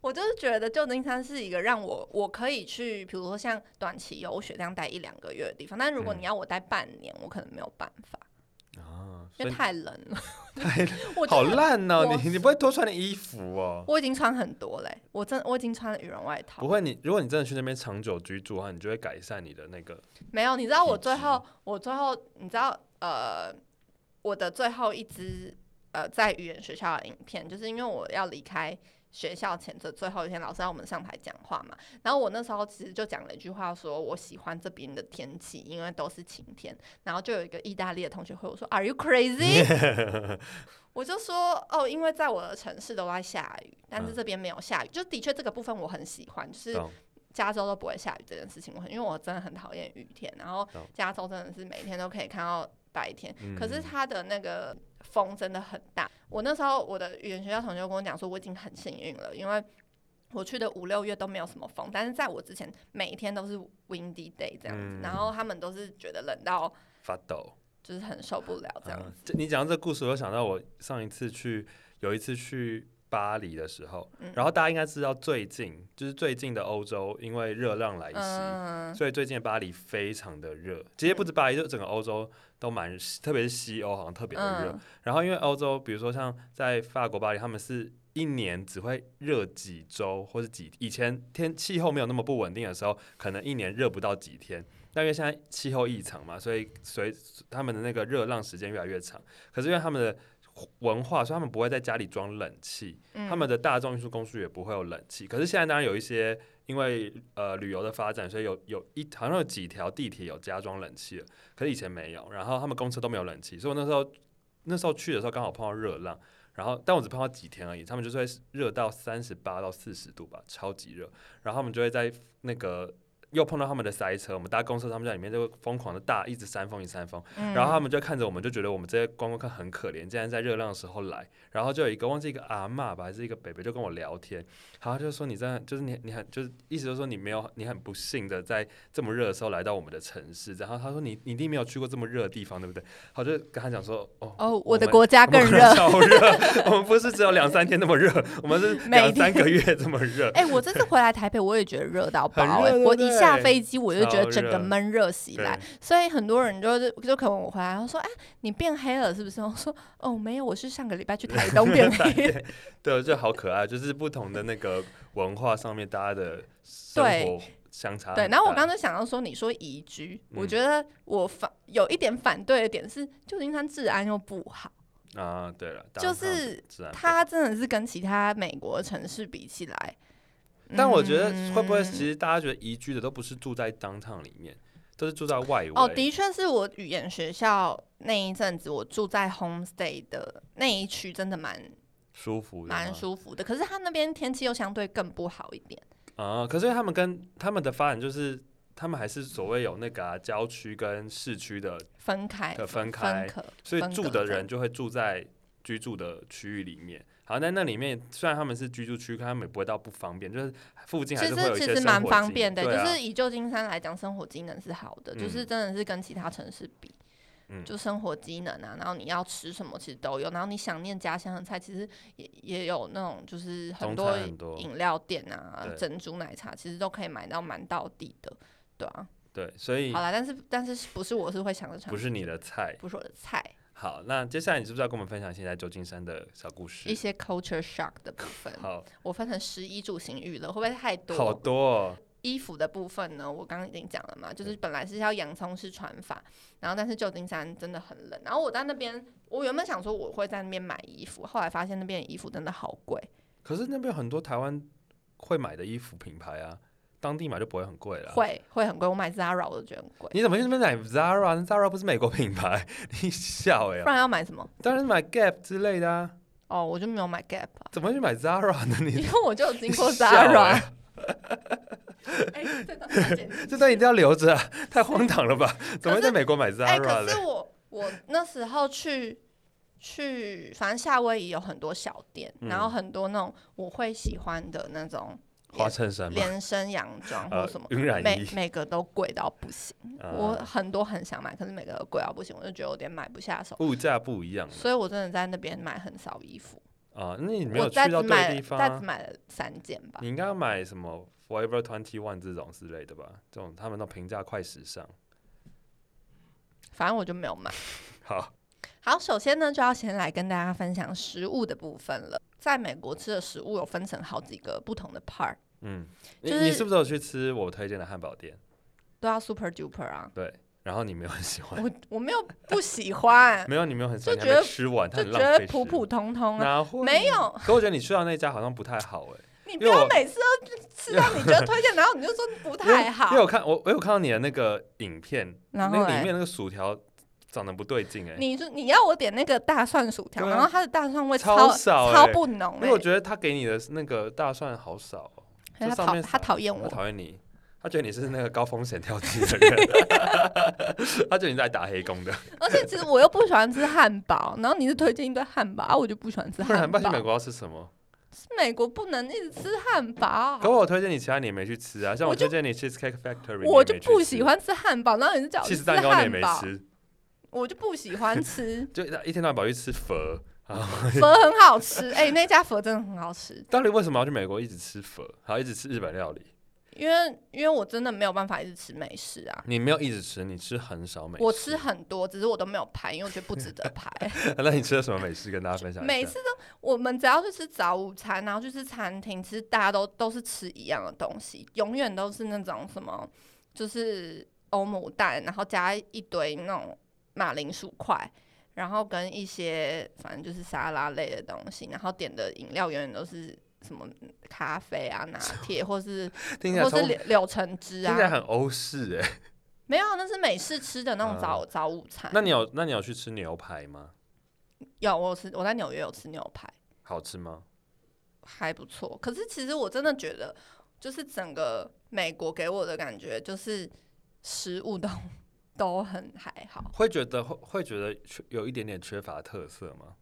B: 我就是觉得旧金山是一个让我我可以去，比如说像短期游学这样待一两个月的地方。但如果
A: 嗯
B: 你要我待半年，我可能没有办法，
A: 啊，
B: 因
A: 所
B: 为
A: 以
B: 太冷了。 [LAUGHS]
A: 太 [LAUGHS]
B: 我
A: 好
B: 真的
A: 烂哦、
B: 我
A: 你你不会多穿点衣服哦、
B: 我已经穿很多嘞、我真我已经穿了羽绒外套。
A: 不会你，如果你真的去那边长久居住的话，你就会改善你的那个
B: 没有，你知道我
A: 体
B: 最
A: 质
B: 后我最后你知道呃我的最后一支呃在语言学校的影片，就是因为我要离开学校前的最后一天，老师让我们上台讲话嘛。然后我那时候其实就讲了一句话，说我喜欢这边的天气，因为都是晴天。然后就有一个意大利的同学回我说，Are you crazy？我就说哦，因为在我的城市都在下雨，但是
A: 嗯
B: 这边没有下雨。就的确这个部分我很喜欢，就是
A: 懂
B: 加州都不会下雨这件事情，我很因为我真的很讨厌雨天，然后
A: 懂
B: 加州真的是每天都可以看到白天，
A: 哦嗯
B: 可是它的那个风真的很大。我那时候我的语言学校同学跟我讲说，我已经很幸运了，因为我去的五六月都没有什么风，但是在我之前每一天都是 windy day 这样子，
A: 嗯
B: 然后他们都是觉得冷到
A: 发抖。
B: 就是很受不了这样
A: 啊
B: 子。
A: 这你讲到这故事，我又想到我上一次去，有一次去巴黎的时候，
B: 嗯
A: 然后大家应该知道，最近就是最近的欧洲，因为热浪来袭，
B: 嗯，
A: 啊所以最近的巴黎非常的热。其实不止巴黎，就整个欧洲都蛮，特别是西欧好像特别的热。
B: 嗯
A: 然后因为欧洲，比如说像在法国巴黎，他们是一年只会热几周或者几，以前天气候没有那么不稳定的时候，可能一年热不到几天。但因为现在气候异常嘛，所以随他们的那个热浪时间越来越长。可是因为他们的文化，所以他们不会在家里装冷气，
B: 嗯
A: 他们的大众运输工具也不会有冷气。可是现在当然有一些，因为呃旅游的发展，所以有有一好像有几条地铁有加装冷气了，可是以前没有。然后他们公车都没有冷气，所以我那时候那时候去的时候刚好碰到热浪，然后但我只碰到几天而已，他们就是会热到三十八到四十度吧，超级热。然后他们就会在那个。又碰到他们的塞车，我们搭公车，他们在里面就会疯狂的大，一直扇风，一直扇风，
B: 嗯
A: 然后他们就看着我们，就觉得我们这些观光客很可怜，竟然在热浪的时候来。然后就有一个忘记一个阿嬷吧，还是一个北北，就跟我聊天，然后就说你这样，就是你你很就是意思就是说你没有你很不幸的在这么热的时候来到我们的城市。然后他说你你一定没有去过这么热的地方，对不对？我就跟他讲说哦。
B: 哦，
A: 我
B: 我的
A: 们
B: 国家
A: 我们
B: 更
A: 可能
B: 热。
A: 超热，我们不是只有两三天那么热，我们是
B: 每
A: 两
B: 天
A: 三个月这么热。
B: 哎、我这次回来台北，我也觉得热到爆、
A: 很热
B: 哎
A: 对不
B: 我一下
A: 对
B: 飞机，我就觉得
A: 超
B: 整个
A: 热
B: 闷热袭
A: 对
B: 来，所以很多人就是就可能我回来，他说：“哎、你变黑了是不是？”我说：“哦，没有，我是上个礼拜去台东
A: [LAUGHS]
B: 变黑。
A: 对，就好可爱，就是不同的那个文化上面，大家的生
B: 对
A: 活相”差很大。
B: 对，然后我刚刚就想到说，你说宜居，我
A: 啊嗯
B: 觉得我反有一点反对的点是，旧金山治安又不好，
A: 啊，对了，当
B: 就
A: 然
B: 是
A: 自然不
B: 它真的是跟其他美国城市比起来。
A: 但我觉得会不会
B: 嗯
A: 其实大家觉得宜居的都不是住在 downtown 里面，都是住在外围？
B: 哦，的确是我语言学校那一阵子，我住在 homestay 的那一区，真的蛮
A: 舒服的
B: 蛮
A: 吗
B: 舒服的。可是它那边天气又相对更不好一点。
A: 啊。可是他们跟他们的发展就是。他们还是所谓有那个、啊、郊区跟市区的，
B: 分开
A: 的分开
B: 隔
A: 所以
B: 分
A: 住
B: 隔
A: 的
B: 这
A: 人
B: 样
A: 就会住在居住的区域里面。好，在那里面虽然他们是居住区，可他们也不会到不方便，就是附近还
B: 其
A: 是会有
B: 实
A: 一
B: 其
A: 些
B: 实
A: 生
B: 蛮
A: 活
B: 方
A: 机
B: 便的，
A: 对啊
B: 就是以旧金山来讲，生活机能是好的，就是
A: 嗯
B: 真的是跟其他城市比，
A: 嗯
B: 就生活机能啊，然后你要吃什么其实都有，然后你想念家乡的菜，其实也也有那种就是很
A: 中
B: 多
A: 餐很多
B: 饮料店啊
A: 对、
B: 珍珠奶茶，其实都可以买到蛮到地的，对啊。
A: 对，所以
B: 好啦，但是但是不是我是会想着尝
A: 不是你的菜。
B: 不是我的菜，
A: 好，那接下来你是不是要跟我们分享现在旧金山的小故事
B: 一？些 culture shock 的部分，
A: 好，
B: 我分成食衣住行娱乐，会不会太多？
A: 好多、哦。
B: 衣服的部分呢，我刚刚已经讲了嘛，就是
A: 嗯
B: 本来是要洋葱式穿法，然后但是旧金山真的很冷，然后我在那边，我原本想说我会在那边买衣服，后来发现那边的衣服真的好贵，
A: 可是那边有很多台湾会买的衣服品牌啊，当地买就不会很贵了。
B: 会会很贵，我买 Zara 我都觉得很贵，
A: 你怎么去那边买 Zara？Zara 不是美国品牌，你笑哎、
B: 不然要买什么？
A: 当然是买 Gap 之类的啊，
B: 哦，我就没有买 Gap 啊，
A: 怎么会去买 Zara 呢？你
B: 因为我就有经过
A: 你 [LAUGHS] 笑欸
B: Zara，哎、这段要剪进去
A: 这段一定要留着、啊，太荒唐了吧？怎么会在美国买
B: 哎、
A: Zara
B: 可
A: 嘞
B: 是？我我那时候去去，反正夏威夷有很多小店，然
A: 嗯
B: 后很多那种我会喜欢的那种
A: 花衬衫吗？
B: 连身洋装或
A: 呃
B: 什么，，
A: 晕染
B: 每
A: 衣。
B: 每个都贵到不行。
A: 啊
B: 我很多很想买，可是每个都贵到不行，我就觉得有点买不下手。
A: 物价不一样
B: 所以我真的在那边买很少衣服，
A: 啊，那你没
B: 我
A: 有去
B: 再
A: 到
B: 只
A: 对
B: 买
A: 的
B: 了
A: 地方、
B: 再只
A: 啊，嗯
B: 买了三件吧。
A: 你应该要买什么 Forever Twenty One 这种之类的吧？这种他们都平价快时尚。 [LAUGHS]
B: 反正我就没有买。
A: 好，
B: 好，首先呢，就要先来跟大家分享食物的部分了。在美国吃的食物有分成好几个不同的 part，
A: 嗯，
B: 就
A: 你你
B: 是
A: 是不是有去吃我推荐的汉堡店？ [LAUGHS]
B: 都要 super duper 啊。
A: 对，然后你没有很喜
B: [LAUGHS]
A: 欢，
B: 我我没有不喜
A: [LAUGHS]
B: 欢，
A: 没有你没有很喜欢，
B: 就
A: 你
B: 觉
A: 还没
B: 得
A: 吃完，它
B: 就
A: 很
B: 觉
A: 浪
B: 得
A: 费
B: 普
A: 食
B: 普
A: 物
B: 通通啊。
A: 哪会
B: 没有，
A: 可我觉得你去到那家好像不太好哎、
B: 你
A: 因
B: 不
A: 为
B: 要
A: 我
B: 每次都吃到你觉得推荐，然后你就说不
A: 因为
B: 太好
A: 因为。我看我我有看到你的那个影片，那
B: 然后
A: 个
B: 嘞
A: 里面那个薯条长得不对劲哎、
B: 你说你要我点那个大蒜薯条，
A: 对啊
B: 然后它的大蒜味
A: 超
B: 超
A: 少欸
B: 不浓
A: 因
B: 哎、
A: 为我觉得他给你的那个大蒜好少、哦，
B: 可
A: 这
B: 是欸他
A: 上
B: 讨
A: 面
B: 他
A: 撒
B: 讨厌
A: 他
B: 我，
A: 讨厌你，他觉得你是那个高风险挑剔的
B: [LAUGHS]
A: 人，他觉得你在打黑工的，
B: 而且其实我又不喜欢吃汉堡，然后你是推荐一堆汉堡啊，我就不喜欢吃
A: 不然
B: 汉
A: 不
B: 堡
A: 然。去美国要吃什么？
B: 美国不能一直吃汉堡
A: 可，我推荐你其他你也没去吃啊，像
B: 我
A: 我
B: 就
A: 推荐你 Cheesecake Factory，
B: 我就不喜欢吃汉堡，然后你就叫我
A: 起
B: 去
A: 司
B: 吃
A: 蛋糕，你也
B: 汉
A: 没
B: 堡，
A: 吃，。
B: 我就不喜欢吃
A: 就一天到晚跑去吃佛。 [LAUGHS]
B: 佛很好吃，哎、那家佛真的很好吃，
A: 到底为什么要去美国一直吃佛，还要一直吃日本料理？
B: 因为因为我真的没有办法一直吃美食啊。
A: 你没有一直吃，你吃很少美食。
B: 我吃，很多，只是我都没有排，因为我觉得不值得排。
A: [LAUGHS] 那你吃 [LAUGHS] 了什么美食？跟大家分享一下。
B: 每次都我们只要去吃早午餐，然后去吃餐厅，其实大家都都是吃一样的东西，永远都是那种什么，就是欧姆蛋，然后加一堆那种马铃薯块，然后跟一些反正就是沙拉类的东西，然后点的饮料永远都是。什么咖啡啊、拿铁，或是
A: 听起来
B: 或
A: 超
B: 是柳柳橙汁
A: 听起来
B: 啊，
A: 很欧式
B: [LAUGHS]
A: 哎、
B: 没有，啊那是美式吃的那种
A: 嗯
B: 早、早午餐。
A: 那你有那你有去吃牛排吗？
B: 有我有吃我在纽约有吃牛排，
A: 好吃吗？
B: 还不错。可是其实我真的觉得，就是整个美国给我的感觉就是食物都 [LAUGHS] 都很还好，
A: 会觉得会会觉得缺有一点点缺乏特色吗？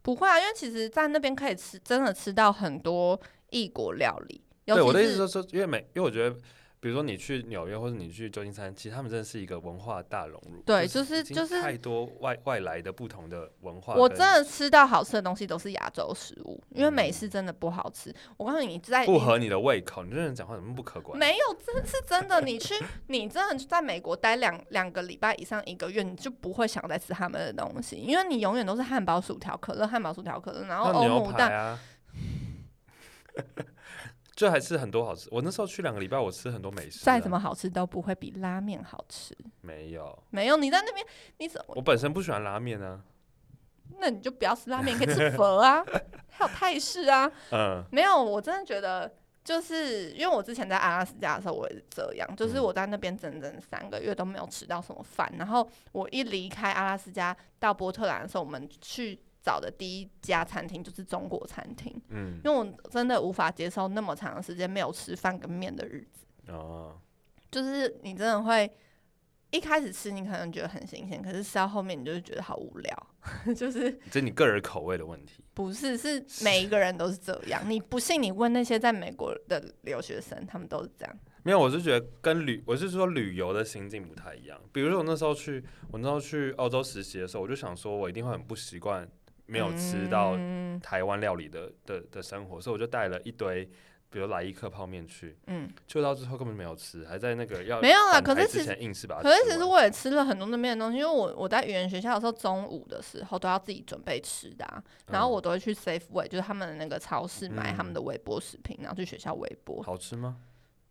B: 不会啊，因为其实，在那边可以吃，真的吃到很多异国料理，尤
A: 对，我的
B: 其
A: 意思
B: 是
A: 是说，因为美，因为我觉得，比如说你去纽约或者你去旧金山，其实他们真的是一个文化大熔炉。
B: 对就是
A: 已经
B: 就是
A: 太多外外来的不同的文化跟。
B: 我真的吃到好吃的东西都是亚洲食物，因为美
A: 嗯
B: 式真的不好吃。我告诉你，在
A: 不
B: 你
A: 合你的胃口，你这人讲话怎么不可观？
B: 没有，真是真的。你去， [LAUGHS] 你真的在美国待两两个礼拜以上一个月，你就不会想再吃他们的东西，因为你永远都是汉堡、薯条、可乐、汉堡、薯条、可乐，然后
A: 那
B: 欧
A: 牛
B: 姆蛋
A: 排。啊， [LAUGHS] 就还是很多好吃。我那时候去两个礼拜，我吃很多美食、啊。
B: 再怎么好吃都不会比拉面好吃。
A: 没有？
B: 没有，你在那边，你怎么？
A: 我本身不喜欢拉面啊。
B: 那你就不要吃拉面，你可以吃 [LAUGHS] 佛啊，还有泰式啊。
A: 嗯，
B: 没有，我真的觉得，就是因为我之前在阿拉斯加的时候，我也是这样，就是
A: 嗯
B: 我在那边整整三个月都没有吃到什么饭，然后我一离开阿拉斯加到波特兰的时候，我们去找的第一家餐厅就是中国餐厅，
A: 嗯，
B: 因为我真的无法接受那么长的时间没有吃饭跟面的日子，
A: 哦，
B: 就是你真的会。一开始吃你可能觉得很新鲜，可是吃到后面你就会觉得好无聊， [LAUGHS] 就是
A: 这你个人口味的问题。
B: 不是，是每一个人都是这样。你不信，你问那些在美国的留学生，他们都是这样。
A: 没有，我是觉得跟旅，我是说旅游的心境不太一样。比如说我那时候去，我那时候去澳洲实习的时候，我就想说，我一定会很不习惯没有吃到
B: 嗯
A: 台湾料理的的的生活，所以我就带了一堆，比如来一克泡面去，
B: 嗯，
A: 就到最后根本没有吃，还在那个要
B: 没有啦
A: 返
B: 可是
A: 台呃
B: 其
A: 之前硬是把它吃
B: 可
A: 完。
B: 是其实我也吃了很多那边的东西，因为我我在语言学校的时候，中午的时候都要自己准备吃的、啊，然后我都会去 Safeway，就是他们的那个超市买
A: 嗯
B: 他们的微波食品，然后去学校微波，
A: 好吃吗？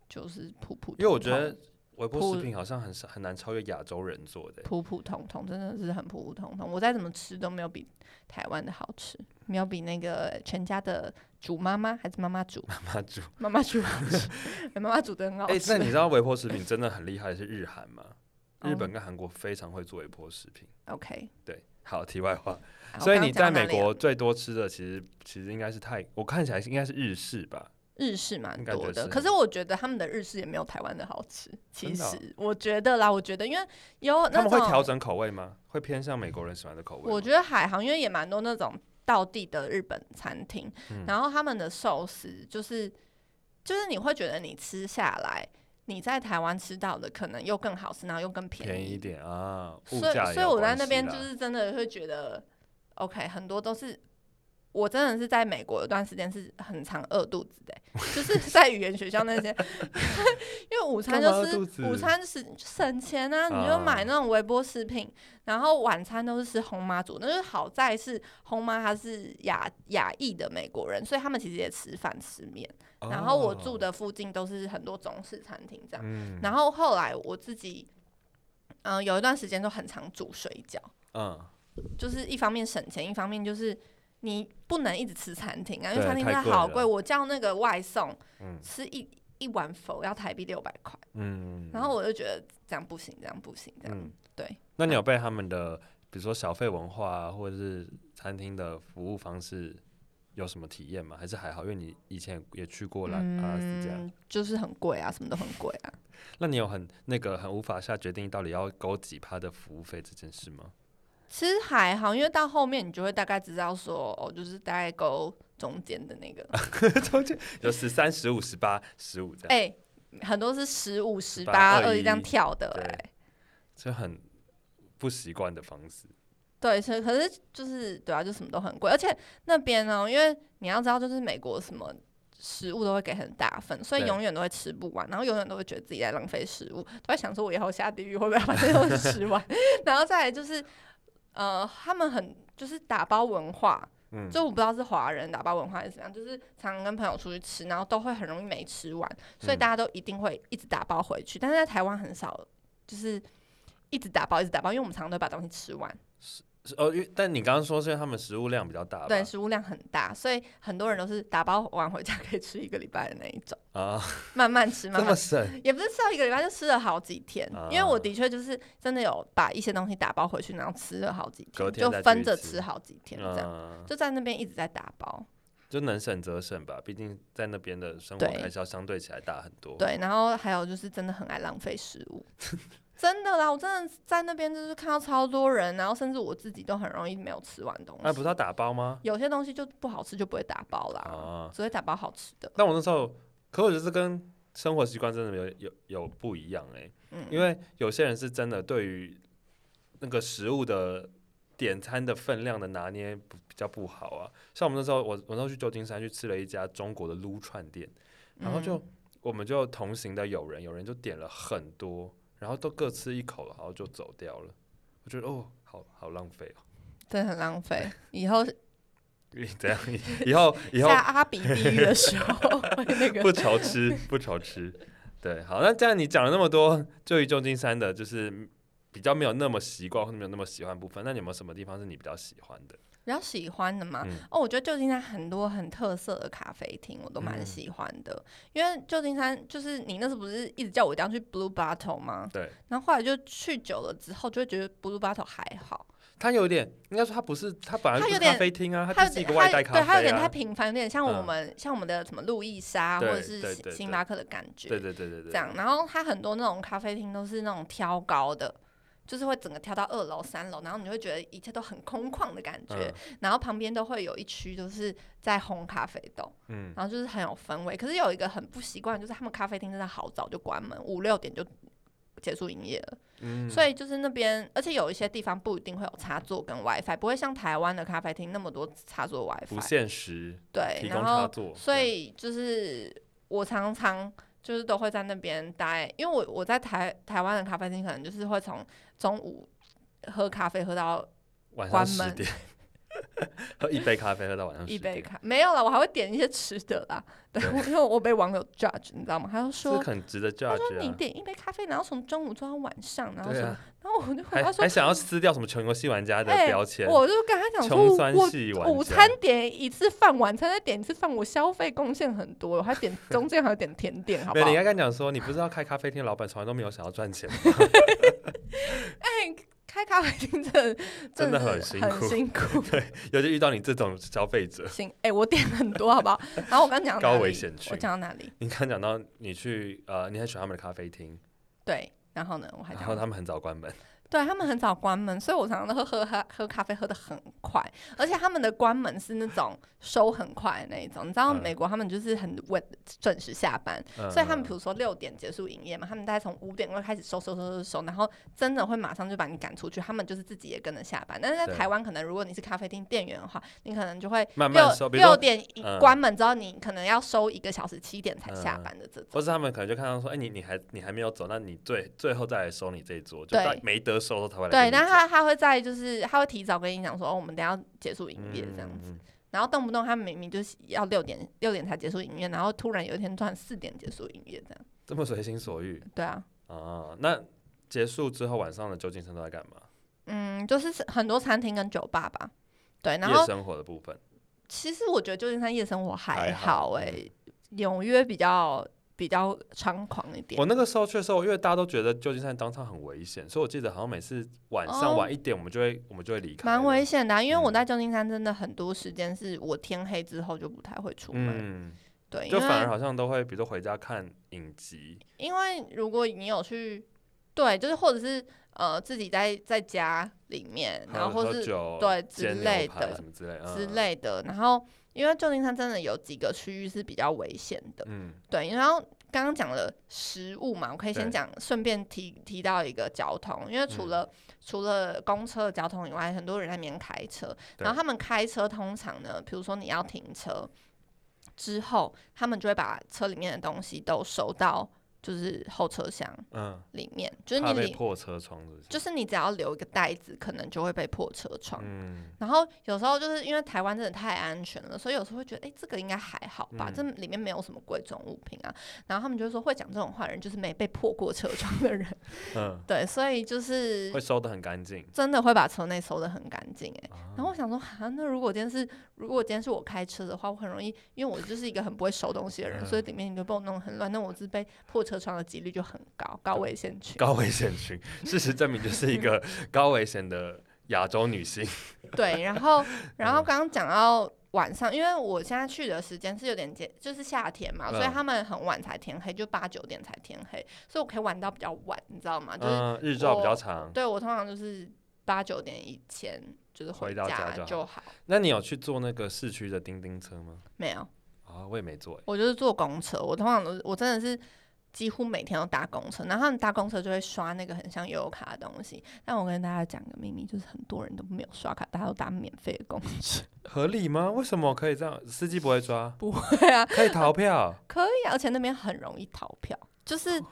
B: 就是普普通通。
A: 因为我觉得微波
B: 普
A: 食品好像很少很难超越亚洲人做的、 [LAUGHS]
B: 普普通通，真的是很普普通通。我再怎么吃都没有比台湾的好吃，没有比那个全家的煮妈妈还是妈妈煮
A: 妈妈煮。
B: 妈妈煮好吃，哎妈妈煮的很好
A: 哎、
B: 吃。
A: 那你知道微波食品真的很厉害的是日韩吗？
B: 哦
A: 日本跟韩国非常会做微波食品。
B: OK，
A: 对，好，题外话。
B: 好
A: 所以
B: 我
A: 你在
B: 刚刚讲到
A: 美
B: 哪里啊
A: 国最多吃的，其实其实应该是泰，我看起来是应该是日式吧。
B: 日式蛮
A: 应该
B: 多
A: 就
B: 的，
A: 是
B: 可是我觉得他们的日式也没有台湾的好吃。其
A: 真的哦
B: 实我觉得啦，我觉得因为有
A: 他
B: 那
A: 们会调
B: 种，
A: 整口味吗？会偏向美国人喜欢的口味吗？
B: 我觉得还好，因为也蛮多那种道地的日本餐厅，
A: 嗯
B: 然后他们的寿司就是就是你会觉得你吃下来，你在台湾吃到的可能又更好吃，然后又更
A: 便宜一点啊，物
B: 所以
A: 价也
B: 所以
A: 有
B: 我在
A: 关
B: 那
A: 系
B: 边
A: 啦
B: 就是真的会觉得，OK，很多都是我真的是在美国有段时间是很常饿肚子的欸、就是 [LAUGHS] 在语言学校那些， [LAUGHS] 因为午餐
A: 干
B: 就
A: 嘛
B: 是
A: 饿肚子
B: 午餐是省钱啊，你就买
A: 啊
B: 那种微波食品，然后晚餐都是吃红妈煮，那就是好在是红妈她是亚亚裔的美国人，所以他们其实也吃饭吃面，然后我住
A: 哦，
B: 的附近都是很多中式餐厅这样。
A: 嗯
B: 然后后来我自己嗯、有一段时间都很常煮水饺，
A: 嗯，
B: 就是一方面省钱，一方面就是你不能一直吃餐厅啊，因为
A: 对
B: 餐厅
A: 太
B: 真的
A: 贵
B: 好
A: 了
B: 贵。我叫那个外送，
A: 嗯
B: 吃一一碗否要台币六百块，
A: 嗯，
B: 然后我就觉得这样不行，这样不行，这样、
A: 嗯
B: 对。
A: 那你有被他们的比如说小费文化啊，或者是餐厅的服务方式有什么体验吗？还是还好，因为你以前也去过啦啊阿拉斯加，
B: 嗯，就是很贵啊，什么都很贵啊。
A: 那你有很那个很无法下决定到底要勾几趴的服务费这件事吗？
B: 其实还好，因为到后面你就会大概知道说，哦，就是大概勾中间的那个，
A: 啊中间有十三、十五、十八、十五这样，
B: 哎、很多是十五、十
A: 18
B: 八、二一这样跳的、
A: 对
B: 哎，
A: 这很不习惯的方式。
B: 对，所以可是就是对啊，就什么都很贵，而且那边呢，因为你要知道，就是美国什么。食物都会给很大份，所以
A: 对
B: 永远都会吃不完，然后永远都会觉得自己在浪费食物，都在想说我以后下地狱会不会把这些东西吃完。 [LAUGHS] 然后再来就是，呃，他们很就是打包文化，
A: 嗯，
B: 就我不知道是华人打包文化还是怎样，就是常常跟朋友出去吃，然后都会很容易没吃完，所以
A: 嗯
B: 大家都一定会一直打包回去。但是在台湾很少，就是一直打包一直打包，因为我们常常都会把东西吃完，
A: 是哦，因为但你刚刚说是因为他们食物量比较大吧，
B: 对，食物量很大，所以很多人都是打包完回家 [LAUGHS] 可以吃一个礼拜的那一种，
A: 啊，
B: 慢慢吃，慢
A: 这
B: 慢
A: 么
B: 吃。
A: 省，
B: 也不是吃到一个礼拜，就吃了好几天，因为我
A: 啊
B: 的确就是真的有把一些东西打包回去，然后吃了好几
A: 隔
B: 天，
A: 天
B: 就
A: 再
B: 分
A: 继
B: 着
A: 续
B: 吃好几天，这样、
A: 嗯，
B: 就在那边一直在打包。
A: 就能省则省吧，毕竟在那边的生活
B: 对
A: 开销相对起来大很多。，
B: 对，然后还有就是真的很爱浪费食
A: [LAUGHS]
B: 物，真的啦，我真的在那边就是看到超多人，然后甚至我自己都很容易没有吃完东西。
A: 那、不是要打包吗？
B: 有些东西就不好吃就不会打包啦，
A: 啊，
B: 只会打包好吃的。
A: 但我那时候，可我觉得这跟生活习惯真的有有有不一样哎、因
B: 嗯，
A: 为有些人是真的对于那个食物的点餐的分量的拿捏不比较不好啊。像我们那时候，我我那时候去旧金山去吃了一家中国的撸串店，然后就、
B: 嗯
A: 我们就同行的友人，有人就点了很多，然后都各吃一口，然后就走掉了。我觉得哦，好好浪费哦。 [LAUGHS]
B: 真的很浪费。以后
A: 这样以后以后
B: 下阿比地狱的时候会那个
A: 不愁吃，不愁吃。对，好，那这样你讲了那么多，就于旧金山的，就是比较没有那么习惯或者没有那么喜欢的部分，那你有没有什么地方是你比较喜欢的？
B: 比较喜欢的嘛。
A: 嗯
B: 哦，我觉得旧金山很多很特色的咖啡厅，我都蛮
A: 嗯
B: 喜欢的。因为旧金山就是你那时候不是一直叫我一定要去 Blue Bottle 吗？
A: 对，
B: 然后后来就去久了之后，就会觉得 Blue Bottle 还好，
A: 它有点，应该说它不是，它本来
B: 它
A: 就
B: 有
A: 是
B: 点
A: 咖啡厅啊，
B: 它
A: 它
B: 有
A: 就是一
B: 点
A: 个
B: 它
A: 外带咖啡、啊、
B: 对，它有点太频繁，有点像我
A: 嗯
B: 们、像我们的什么路易莎或
A: 对
B: 者
A: 对
B: 是
A: 对
B: 星
A: 对
B: 星巴克的感觉，
A: 对对对对对，
B: 这样。然后它很多那种咖啡厅都是那种挑高的。就是会整个跳到二楼、三楼，然后你就会觉得一切都很空旷的感觉，
A: 嗯
B: 然后旁边都会有一区都是在烘咖啡豆，
A: 嗯，
B: 然后就是很有氛围。可是有一个很不习惯，就是他们咖啡厅真的好早就关门，五六点就结束营业了。
A: 嗯
B: 所
A: 以
B: 以就是那边，而且有一些地方不一定会有插座跟 WiFi，不会像台湾的咖啡厅那么多插座
A: 不
B: WiFi。
A: 现实，
B: 对，
A: 提供
B: 然
A: 插
B: 后
A: 座，
B: 所以就是我常常就是都会在那边待，因为我我在台台湾的咖啡厅可能就是会从中午喝咖啡喝到
A: 对晚上
B: 关
A: 十
B: 门
A: 点喝一杯咖啡，喝到晚上
B: 一
A: 10
B: 杯
A: 点，
B: 咖，没有了，我还会点一些吃的啦。对，
A: 对
B: 我因为我被网友 judge，你知道吗？他就
A: 这
B: 说。
A: 很值得 judge
B: 他说你
A: 啊。
B: 点一杯咖啡，然后从中午做到晚上，然后
A: 对
B: 什么？
A: 啊，
B: 然后我就回
A: 还
B: 他说
A: 还想要撕掉什么全国系玩家的
B: 哎
A: 标签？
B: 我就跟他讲
A: 穷
B: 说，
A: 酸
B: 我
A: 系玩
B: 午
A: 家
B: 餐点一次饭，晚餐再点一次饭，我消费贡献很多，我
A: [LAUGHS]
B: 还点中间还有点甜点，好
A: 没
B: 不
A: 有，
B: 好
A: 你？应该跟他讲说，你不知道开咖啡厅的老板从来都没有想要赚
B: [LAUGHS]
A: 钱吗，
B: 开咖啡厅真的
A: [LAUGHS] 真的
B: 是
A: 很
B: 很
A: 辛苦
B: 辛苦
A: 尤其遇到你这种消费者。
B: 行，哎、我点很多，好不好？然后我刚讲到
A: 高
B: 哪
A: 危
B: 里
A: 险
B: 我
A: 区
B: 讲到哪里？
A: 你刚讲到你去呃，你很喜欢他们的咖啡厅，
B: 对，然后呢，我还
A: 然
B: 讲
A: 后
B: 到，
A: 他们很早关门，
B: 对他们很早关门，所以我常常都喝喝喝咖啡喝得很快，而且他们的关门是那种收很快的那一种，你知道
A: 嗯
B: 美国他们就是很稳准时下班，所以他们比
A: 嗯
B: 如说六点结束营业嘛，他们大概从五点会开始收收收收收，然后真的会马上就把你赶出去，他们就是自己也跟着下班。但是在
A: 对
B: 台湾，可能如果你是咖啡厅店员的话，你可能就会
A: 慢慢收，
B: 六
A: 比如
B: 六
A: 说，
B: 点一
A: 嗯
B: 关门之后，你可能要收一个小时，七点才下班的这种。
A: 或是他们可能就看到说，哎，你你还你还没有走，那你最最后再来收你这一桌，就到
B: 对
A: 没得收才会来跟
B: 对，
A: 你
B: 那
A: 讲。
B: 他他会在就是他会提早跟你讲说，哦，我们等一下结束营业这样子，
A: 嗯，
B: 然后动不动他们明明就是要六点六点才结束营业，然后突然有一天突然四点结束营业这样，
A: 这么随心所欲
B: 对啊，
A: 啊？那结束之后晚上的旧金山都在干嘛？
B: 嗯，就是很多餐厅跟酒吧吧。对，然
A: 夜
B: 后
A: 生活的部分，
B: 其实我觉得旧金山夜生活还
A: 还好嗯
B: 好哎、纽约比较比较猖狂一点
A: 我。那个时候去的时候，因为大家都觉得旧金山当场很危险，所以我记得好像每次晚上
B: 哦
A: 晚一点，我们就会我们就会离开了，
B: 蛮危险的啊、因为我
A: 嗯
B: 在旧金山真的很多时间是我天黑之后就不太会出门，
A: 嗯，
B: 对，因
A: 就反而
B: 为
A: 好像都会，比如说回家看影集，
B: 因为如果你有去，对，就是或者是呃自己在在家里面，然
A: 喝
B: 后或
A: 喝
B: 是
A: 酒，
B: 对之
A: 煎牛
B: 类
A: 排
B: 的
A: 什么之类嗯
B: 之类的，然后因为旧金山真的有几个区域是比较危险的，
A: 嗯，
B: 对，然后刚刚讲了食物嘛，我可以先
A: 对
B: 讲，顺便提提到一个交通，因为除
A: 嗯
B: 了、除了公车的交通以外，很多人在那边开车，然后
A: 对
B: 他们开车通常呢，比如说你要停车之后，他们就会把车里面的东西都收到就是后车厢
A: 嗯，
B: 里面，就是
A: 怕
B: 你
A: 被
B: 里
A: 破车窗是不是？
B: 就是你只要留一个袋子，可能就会被破车窗。
A: 嗯，
B: 然后有时候就是因为台湾真的太安全了，所以有时候会觉得，哎、这个应该还好吧，
A: 嗯
B: 这里面没有什么贵重物品啊。然后他们就会说，会讲这种话的人就是没被破过车窗的人， [LAUGHS]
A: 嗯，
B: 对，所以就是
A: 会收的很干净。
B: 真的会把车内收的很干净，哎。
A: 啊
B: 然后我想说，啊，那如果今天是如果今天是我开车的话，我很容易，因为我就是一个很不会收东西的人，
A: 嗯
B: 所以里面你就把我弄得很乱，那我是被破车窗的几率就很高，高危险群。
A: 高危险群，事实证明就是一
B: [LAUGHS]
A: 个高危险的亚洲女性。 [LAUGHS]
B: 对，然后然
A: 嗯
B: 后刚刚讲到晚上，因为我现在去的时间是有点接，就是夏天嘛，所以
A: 嗯
B: 他们很晚才天黑，就八九点才天黑，所以我可以玩到比较晚，你知道吗？就是、
A: 嗯，日照比
B: 我
A: 较长。
B: 对我通常就是八九点以前就是
A: 回到
B: 家
A: 家就
B: 就好，
A: 那你有去坐那个市区的叮叮车吗？
B: 没有，
A: 啊，我也没坐欸。
B: 我就是坐公车，我通常都是我真的是。几乎每天都搭公车，然后他们搭公车就会刷那个很像悠游卡的东西。但我跟大家讲个秘密，就是很多人都没有刷卡，大家都搭免费的公车。
A: 合理吗？为什么可以这样？司机不会抓？
B: 不会啊，
A: 可以逃票？
B: 可以啊，而且那边很容易逃票，就是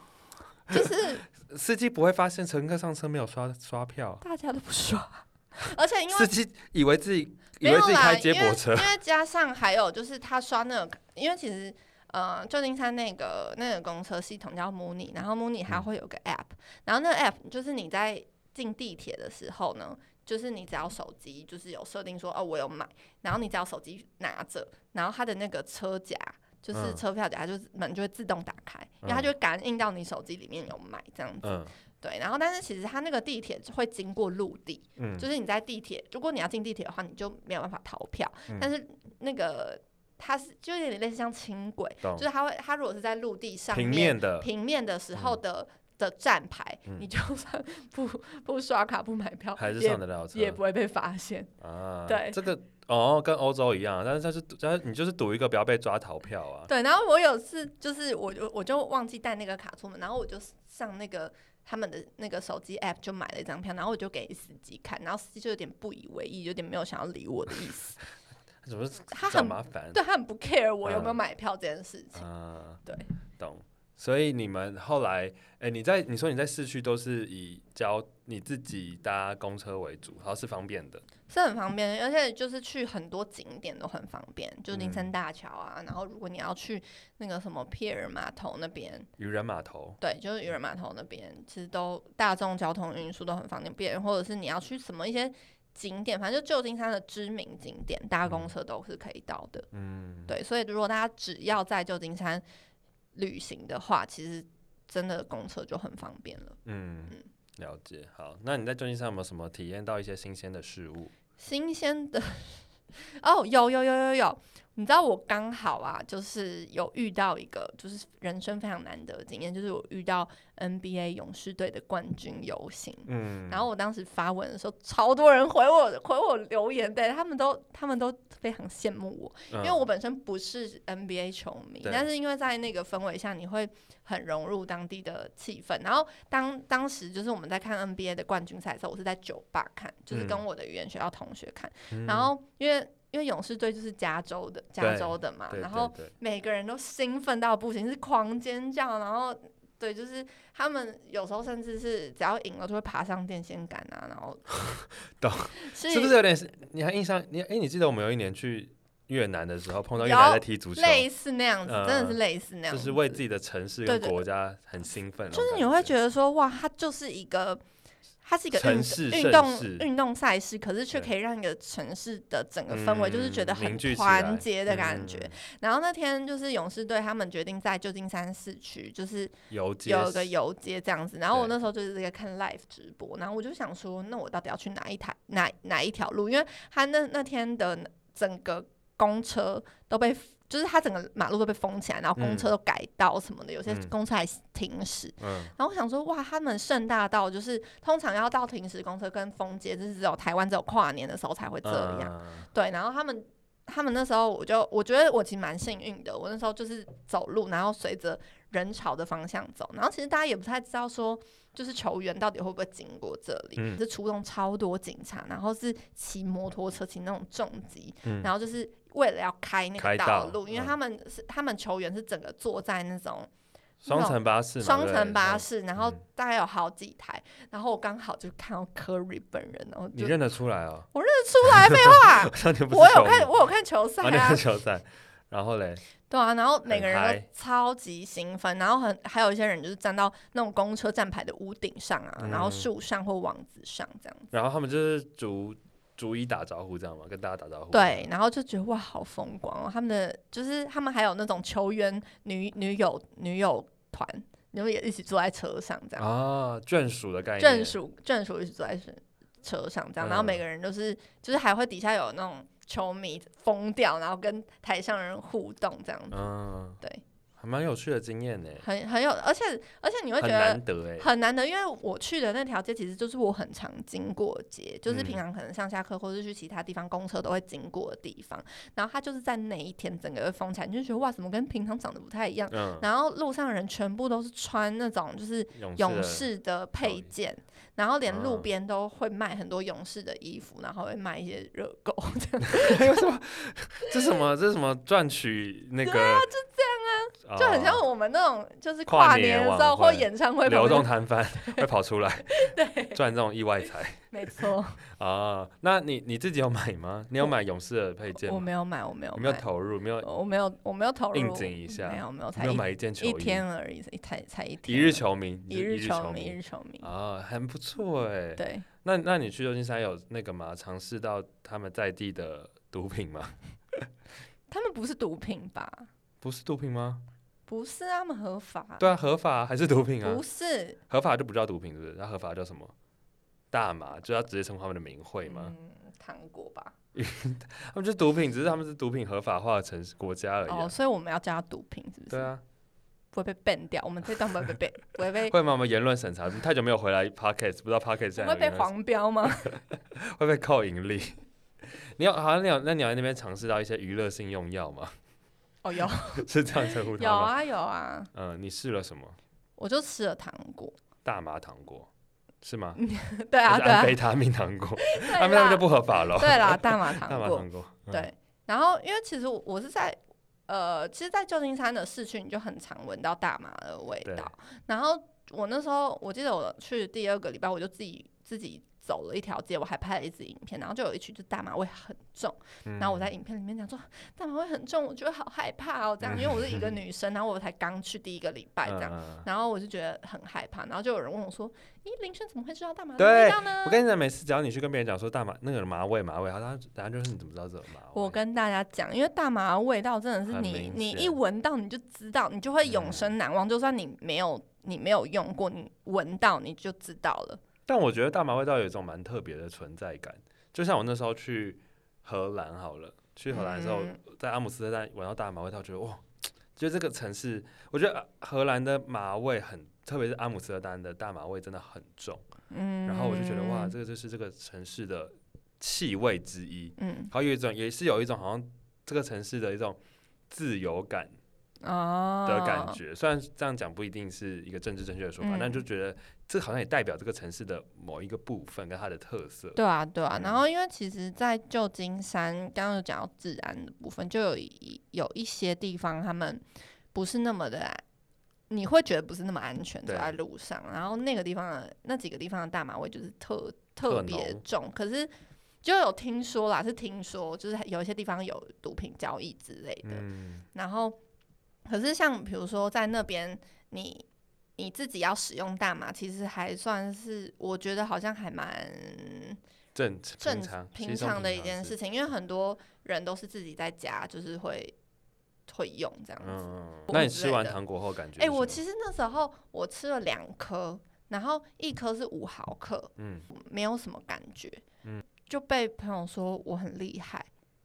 B: 就是
A: 司机不会发现乘客上车没有刷刷票？
B: 大家都不刷， [LAUGHS] 而且因
A: 司
B: 为
A: 机以为自己以
B: 没
A: 为
B: 有
A: 自己
B: 啦，
A: 开
B: 因
A: 接
B: 为
A: 驳车
B: 因，为加上还有就是他刷那个，因为其实。呃，旧金山那个那个公车系统叫 Muni，然后 Muni 它会有个 App，、然后那个 App 就是你在进地铁的时候呢，就是你只要手机就是有设定说哦我有买，然后你只要手机拿着，然后它的那个车夹就是
A: 嗯
B: 车票夹，就是门就会自动打开，因为它
A: 嗯
B: 就会感应到你手机里面有买这样子。
A: 嗯
B: 对，然后但是其实它那个地铁会经过陆地，
A: 嗯，
B: 就是你在地铁，如果你要进地铁的话，你就没有办法逃票。
A: 嗯
B: 但是那个它是就有点类似像轻轨，
A: 懂
B: 就。是它会，它如果是在陆地上
A: 平
B: 面
A: 面的，
B: 平面的时候的、的站牌，
A: 嗯
B: 你就算不不刷卡不买票，
A: 还是
B: 也
A: 上得了车
B: 也不会被发现。
A: 啊？
B: 对
A: 这个哦，跟欧洲一样，但是它是但是你就是赌一个不要被抓逃票啊。
B: 对，然后我有次就是我就我就忘记带那个卡出门，然后我就上那个他们的那个手机 app 就买了一张票，然后我就给司机看，然后司机就有点不以为意，有点没有想要理我的意思，
A: 怎么
B: 他
A: 找
B: 很
A: 麻烦？
B: 对他很不 care 我有没有
A: 嗯
B: 买票这件事情。
A: 啊，
B: 对，
A: 懂。所以你们后来，哎、你在你说你在市区都是以交你自己搭公车为主，然后是方便的，
B: 是很方便，而且就是去很多景点都很方便，就林森
A: 嗯
B: 大桥啊，然后如果你要去那个什么皮尔码头那边，
A: 渔人码头，
B: 对，就是渔人码头那边，其实都大众交通运输都很方便，或者是你要去什么一些景点，反正就旧金山的知名景点，搭公车都是可以到的。
A: 嗯，
B: 对，所以如果大家只要在旧金山旅行的话，其实真的公车就很方便了。
A: 嗯
B: 嗯，
A: 了解。好，那你在旧金山有没有什么体验到一些新鲜的事物？
B: 新鲜的哦，有有有有有，你知道我刚好啊，就是有遇到一个就是人生非常难得的经验，就是我遇到 NBA 勇士队的冠军游行。
A: 嗯，
B: 然后我当时发文的时候，超多人回我回我留言的，他们都他们都非常羡慕我，
A: 因
B: 因为我本身不是 NBA 球迷，
A: 嗯对
B: 但是因为在那个氛围下，你会很融入当地的气氛。然后当当时就是我们在看 NBA 的冠军赛的时候，我是在酒吧看，就是跟
A: 嗯
B: 我的语言学校同学看。然后因为因为勇士队就是加州的，加
A: 对
B: 州的嘛，
A: 对
B: 然后
A: 对对
B: 每个人都兴奋到不行，是狂尖叫，然后。对，就是他们有时候甚至是只要赢了就会爬上电线杆啊，然后
A: [LAUGHS] 懂
B: 是
A: 是不是有点？你还印象？你哎、你记得我们有一年去越南的时候，碰到越
B: 有
A: 南在踢足球，
B: 类似那样子，真的
A: 嗯
B: 是类似那样
A: 就
B: 子，
A: 是为自己的城市
B: 对
A: 跟
B: 对
A: 国家很兴奋。
B: 就是你会觉得说，哇，它就是一个，它是一个
A: 城
B: 运
A: 市
B: 运
A: 盛
B: 动
A: 世
B: 运动赛事，可是却
A: 对
B: 可以让一个城市的整个氛围就是觉得
A: 嗯凝
B: 很
A: 聚起来
B: 团结的感觉。
A: 嗯
B: 然后那天就是勇士队他们决定在旧金山市区，就是
A: 游街
B: 有一个游街这样子。然后我
A: 对
B: 那时候就是在看 live 直播，然后我就想说，那我到底要去哪一台哪哪一条路？因为他那那天的整个公车都被。就是他整个马路都被封起来，然后公车
A: 嗯
B: 都改道什么的，有些
A: 嗯
B: 公车还停驶。
A: 嗯，
B: 然后我想说，哇，他们盛大到就是通常要到停时公车跟封街，就是只有台湾只有跨年的时候才会这样。
A: 嗯
B: 对，然后他们他们那时候我就我觉得我其实蛮幸运的，我那时候就是走路，然后随着人潮的方向走，然后其实大家也不太知道说。就是球员到底会不会经过这里？
A: 嗯
B: 这出动超多警察，然后是骑摩托车，骑那种重机，
A: 嗯
B: 然后就是为了要开那
A: 开
B: 个道路，
A: 道
B: 因为
A: 嗯
B: 他们是、他们球员是整个坐在那种
A: 双层巴士嘛，
B: 双
A: 对不
B: 层
A: 对
B: 巴，士，然后
A: 嗯
B: 大概有好几台，然后我刚好就看到 Curry 本人，然后
A: 你
B: 就
A: 认得出来哦？，
B: 我认得出来，废话
A: 那 [LAUGHS] 你不是
B: 我有
A: 球
B: 看
A: 迷
B: 我有看球赛
A: 啊，你
B: 啊
A: 看，球赛，然后嘞，
B: 对啊，然后每个
A: 很
B: 人
A: 嗨
B: 都超级兴奋，然后很还有一些人就是站到那种公车站牌的屋顶上啊，然后
A: 嗯
B: 树上或网子上这样子，
A: 然后他们就是逐逐一打招呼，这样嘛，跟大家打招呼。
B: 对，，然后就觉得哇，好风光哦，他们的就是他们还有那种球员女女友女友团，然后也一起坐在车上这样。
A: 啊，眷属的概念，
B: 眷属眷属一直坐在车车上这样，然后
A: 嗯
B: 每个人都是就是还会底下有那种球迷疯掉，然后跟台上人互动这样子，
A: 嗯，
B: 对，
A: 还蛮有趣的经验呢，
B: 很很有，而且而且你会觉
A: 很
B: 得
A: 难得哎，
B: 很难得，因为我去的那条街其实就是我很常经过的街，就是平
A: 嗯
B: 常可能上下课或是去其他地方公车都会经过的地方，然后它就是在那一天整个会封起来，你就觉得哇，怎么跟平常长得不太一样？
A: 嗯，
B: 然后路上的人全部都是穿那种就是勇
A: 勇
B: 士的配件，然后连
A: 嗯
B: 路边都会卖很多勇士的衣服，然后会卖一些热狗这样，
A: 有什么？ [LAUGHS] 这什么？这什么赚取那个？对啊，就这样啊
B: [LAUGHS] 就很像我们那种就是
A: 跨
B: 跨
A: 年
B: 年的时
A: 晚
B: 候或
A: 会
B: 演唱会
A: 流
B: 旁边
A: 动，摊贩 [LAUGHS] 会跑出来
B: [LAUGHS] 对，
A: 赚这种意外财
B: 没错，
A: 啊。那你你自己有买吗？你有
B: 我
A: 买勇士的配件
B: 我
A: 吗？
B: 没有买，我没有
A: 有
B: 买，
A: 没有投入？没有
B: 我没有，我没有投入，
A: 应景一下
B: 没有没有，才
A: 没有
B: 一
A: 买一件球
B: 一
A: 衣？
B: 天而已，才才一
A: 一
B: 天而
A: 日
B: 已，
A: 球迷，你
B: 一
A: 是
B: 日
A: 日
B: 球
A: 球
B: 迷，一
A: 迷
B: 日球迷，
A: 啊，很不错哎。
B: 嗯对，
A: 那那你去旧金山有那个吗？尝试到他们在地的毒品
B: [LAUGHS]
A: 吗？
B: 他们不是毒品吧？
A: 不是毒品吗？
B: 不是啊，他们合法，
A: 对啊，合法还是毒品啊
B: 不？是，
A: 合法就不叫毒品，是不是？那合法叫什么？大麻就要直接称呼他们的名讳吗？
B: 嗯，糖果吧，
A: 他们就是毒品，只是他们是毒品合法化的城市国家而已啊、
B: 哦，所以我们要叫它毒品，是不是
A: 对？啊，
B: 不会被 ban 掉，我们这段不会被 ban，不会被
A: 会吗？我们言论审查，我们太久没有回来 podcast，不知道 podcast 现在
B: 不会
A: 有
B: 被
A: 言论审
B: 黄标吗？
A: 会被扣盈利。 [LAUGHS] 你有好像你有那你有在那边尝试到一些娱乐性用药吗？ [LAUGHS]
B: 哦，有
A: 是这样称呼
B: 有
A: 它吗？
B: 啊有啊，
A: 嗯、你试了什么？
B: 我就吃了糖
A: [LAUGHS]
B: 果，
A: 大麻糖果是吗？
B: 对啊
A: 还是
B: 对啊
A: 安，非他命糖
B: [LAUGHS]
A: 果，安
B: 对
A: 非他命就
B: 啦
A: 不合法了。
B: 对啊啦，大麻
A: [LAUGHS] 大
B: 糖
A: 麻
B: 果，
A: 糖果，嗯，
B: 对。然后因为其实我我是在呃，其实，在旧金山的市区，你就很常闻到大麻的味
A: 对
B: 道。然后我那时候我记得我去第二个礼拜，我就自己自己。走了一条街，我还拍了一支影片，然后就有一区就大麻味很重，
A: 嗯
B: 然后我在影片里面讲说大麻味很重，我觉得好害怕哦，
A: [LAUGHS]
B: 这样，因为我是一个女生，然后我才刚去第一个礼拜这样，
A: 嗯嗯嗯
B: 然后我就觉得很害怕，然后就有人问我说：“咦，林轩怎么会知道大麻的
A: 对
B: 味道呢
A: 我跟你讲，每次只要你去跟别人讲说大麻那个麻味麻味，他他等下就是你怎么知道这有麻味？？”
B: 我跟大家讲，因为大麻的味道真的是
A: 很
B: 你
A: 明
B: 你
A: 显
B: 一闻到你就知道，你就会永
A: 嗯
B: 生难忘。就算你没有你没有用过，你闻到你就知道了。
A: 但我觉得大麻味道有一种蛮特别的存在感，就像我那时候去荷兰好了，去荷兰的时候，
B: 嗯
A: 在阿姆斯特丹闻到大麻味道，觉得哇，就这个城市，我觉得呃荷兰的麻味很，特别是阿姆斯特丹的大麻味真的很重，
B: 嗯，
A: 然后我就觉得哇，这个就是这个城市的气味之一，
B: 嗯
A: 还有一种也是有一种好像这个城市的一种自由感
B: 哦
A: 的感，觉。虽然这样讲不一定是一个政治正确的说法，
B: 嗯
A: 但就觉得这好像也代表这个城市的某一个部分跟它的特色。
B: 对啊，对啊。
A: 嗯
B: 然后因为其实，在旧金山，刚刚有讲到治安的部分，就有一有一些地方他们不是那么的安，你会觉得不是那么安全走
A: 对
B: 在路上。然后那个地方的那几个地方的大麻味就是特
A: 特
B: 特别
A: 浓
B: 重，可是。就有听说啦，是听说，就是有一些地方有毒品交易之类的。
A: 嗯，
B: 然后，可是像比如说在那边，你你自己要使用大麻，其实还算是我觉得好像还蛮
A: 正
B: 正
A: 平常
B: 平常的一件事
A: 情，
B: 情，因为很多人都是自己在家，就是会会用这样
A: 嗯
B: 子。
A: 嗯，嗯
B: 我
A: 那你
B: 之
A: 吃
B: 类
A: 完
B: 的
A: 糖果后感觉是
B: 哎、
A: 什么？
B: 我其实那时候我吃了两颗，然后一颗是五毫克，
A: 嗯
B: 没有什么感觉，
A: 嗯
B: 就被朋友说我很厉害，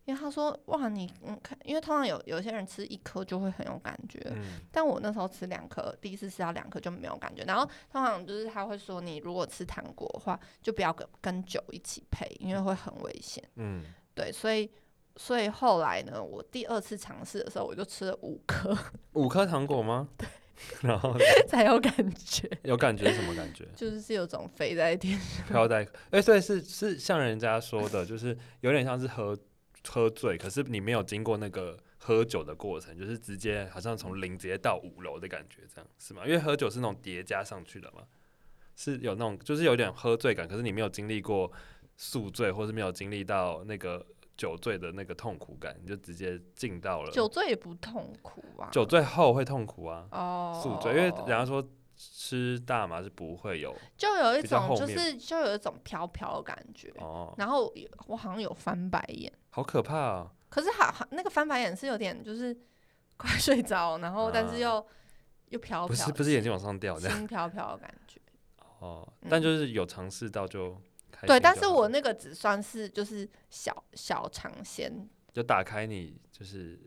B: 因为他说哇你嗯看，因为通常有有些人吃一颗就会很有感觉，
A: 嗯
B: 但我那时候吃两颗，第一次吃到两颗就没有感觉，然后通常就是他会说你如果吃糖果的话，就不要跟跟酒一起配，因为会很危险，
A: 嗯，
B: [LAUGHS] 对，所以。所以后来呢，我第二次尝试的时候，我就吃了五颗 [LAUGHS]
A: 五颗糖果吗？ [LAUGHS] 然后呢
B: 才有感觉，
A: 有感觉是什么感觉？
B: 就是是有种飞在天
A: 飘在，哎、所以是是像人家说的，就是有点像是喝喝醉，可是你没有经过那个喝酒的过程，就是直接好像从零直接到五楼的感觉，这样是吗？因为喝酒是那种叠加上去的嘛，是有那种就是有点喝醉感，可是你没有经历过宿醉，或是没有经历到那个酒醉的那个痛苦感，你就直接进到了
B: 酒醉也不痛苦啊，
A: 酒醉后会痛苦啊，
B: 哦，
A: 宿醉，因为人家说吃大麻是不会有
B: 就有一
A: 比较
B: 种
A: 后
B: 就
A: 面
B: 是就有一种飘飘的感觉，
A: 哦，
B: 然后我好像有翻白眼，
A: 好可怕啊！
B: 可是好那个翻白眼是有点就是 [LAUGHS] 快睡着，然后但是又、又飘
A: 啊不
B: 飘
A: 是
B: 的，
A: 不是眼睛往上掉这样
B: 轻飘飘的感觉。
A: 哦，
B: 嗯
A: 但就是有尝试到就开心就好
B: 对，但是我那个只算是就是小小尝鲜，
A: 就打开你就是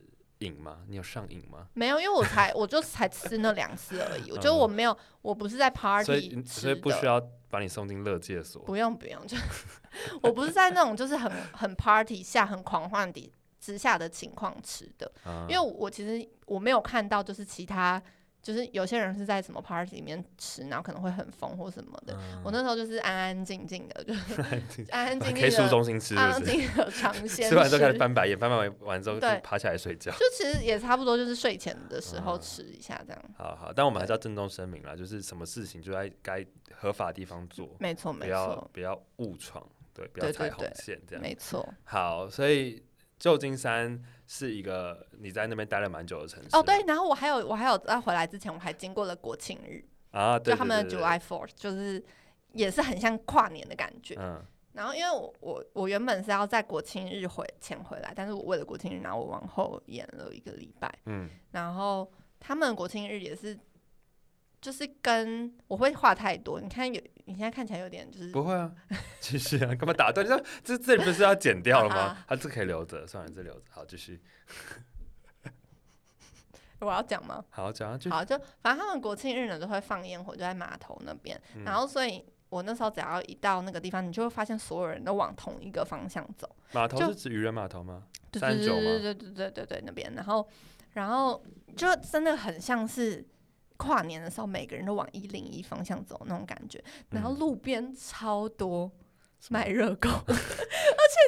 A: 瘾吗？你有上瘾吗？
B: 没有，因为我才我就才吃那两次而已，我觉得
A: 嗯
B: 我没有，我不是在
A: 所
B: party
A: 以所
B: 吃
A: 以不需
B: 的，
A: 要把你送进乐界所。
B: 不用不用，就 [LAUGHS] 我不是在那种就是很很 party 下很狂欢底之下的情况吃的，
A: 啊
B: 因为我其实我没有看到，就是其他，就是有些人是在什么 party 里面吃，然后可能会很疯或什么
A: 嗯
B: 的。我那时候就是安安静
A: [LAUGHS]
B: 静的，就是安安静
A: 可以
B: 静
A: 市
B: 的，
A: 中心吃，
B: 安
A: 是 [LAUGHS]
B: 安
A: 不是？
B: 静静的尝鲜。
A: 吃完之后开始翻白眼，翻白眼完之后就
B: 对
A: 爬起来睡觉。
B: 就其实也差不多，就是睡前的时候
A: 嗯
B: 吃一下这样。
A: 好好，但我们还是要郑重声明啦，就是什么事情就在该合法地方做，
B: 没错，
A: 不
B: 没
A: 要
B: 错，
A: 不要误闯，对，不要
B: 对
A: 踩
B: 对
A: 红
B: 对
A: 线这样。
B: 没错。
A: 好，所以旧金山是一个你在那边待了蛮久的城市
B: 哦，对，然后我还有，我还有在回来之前，我还经过了国庆日，
A: 啊，对
B: 就他们的
A: 对对
B: July Fourth，就是也是很像跨年的感觉
A: 对。嗯，
B: 然后因为我我我原本是要在国庆日回前回来，但是我为了国庆日，然后我往后延了一个礼拜。
A: 嗯，
B: 然后他们国庆日也是，就是跟我会话太多，你看有你现在看起来有点就是
A: 不会啊， [LAUGHS] 继续啊，干嘛打断？你知道这这不是要剪掉了
B: 啊
A: 吗
B: 哈？
A: 啊，这可以留着，算了，这留着。好，继续，
B: 我要讲吗？
A: 好，讲下去。
B: 好，就反正他们国庆日呢都会放烟火，就在码头那边。
A: 嗯
B: 然后所以我那时候只要一到那个地方，你就会发现所有人都往同一个方向走。
A: 码头
B: 就是
A: 指渔人码头吗？
B: 对
A: 三
B: 对
A: 九吗
B: 对对对对对对，那边，然后然后就真的很像是跨年的时候，每个人都往一零一方向走那种感觉，然后
A: 嗯
B: 路边超多卖热
A: [LAUGHS]
B: 狗。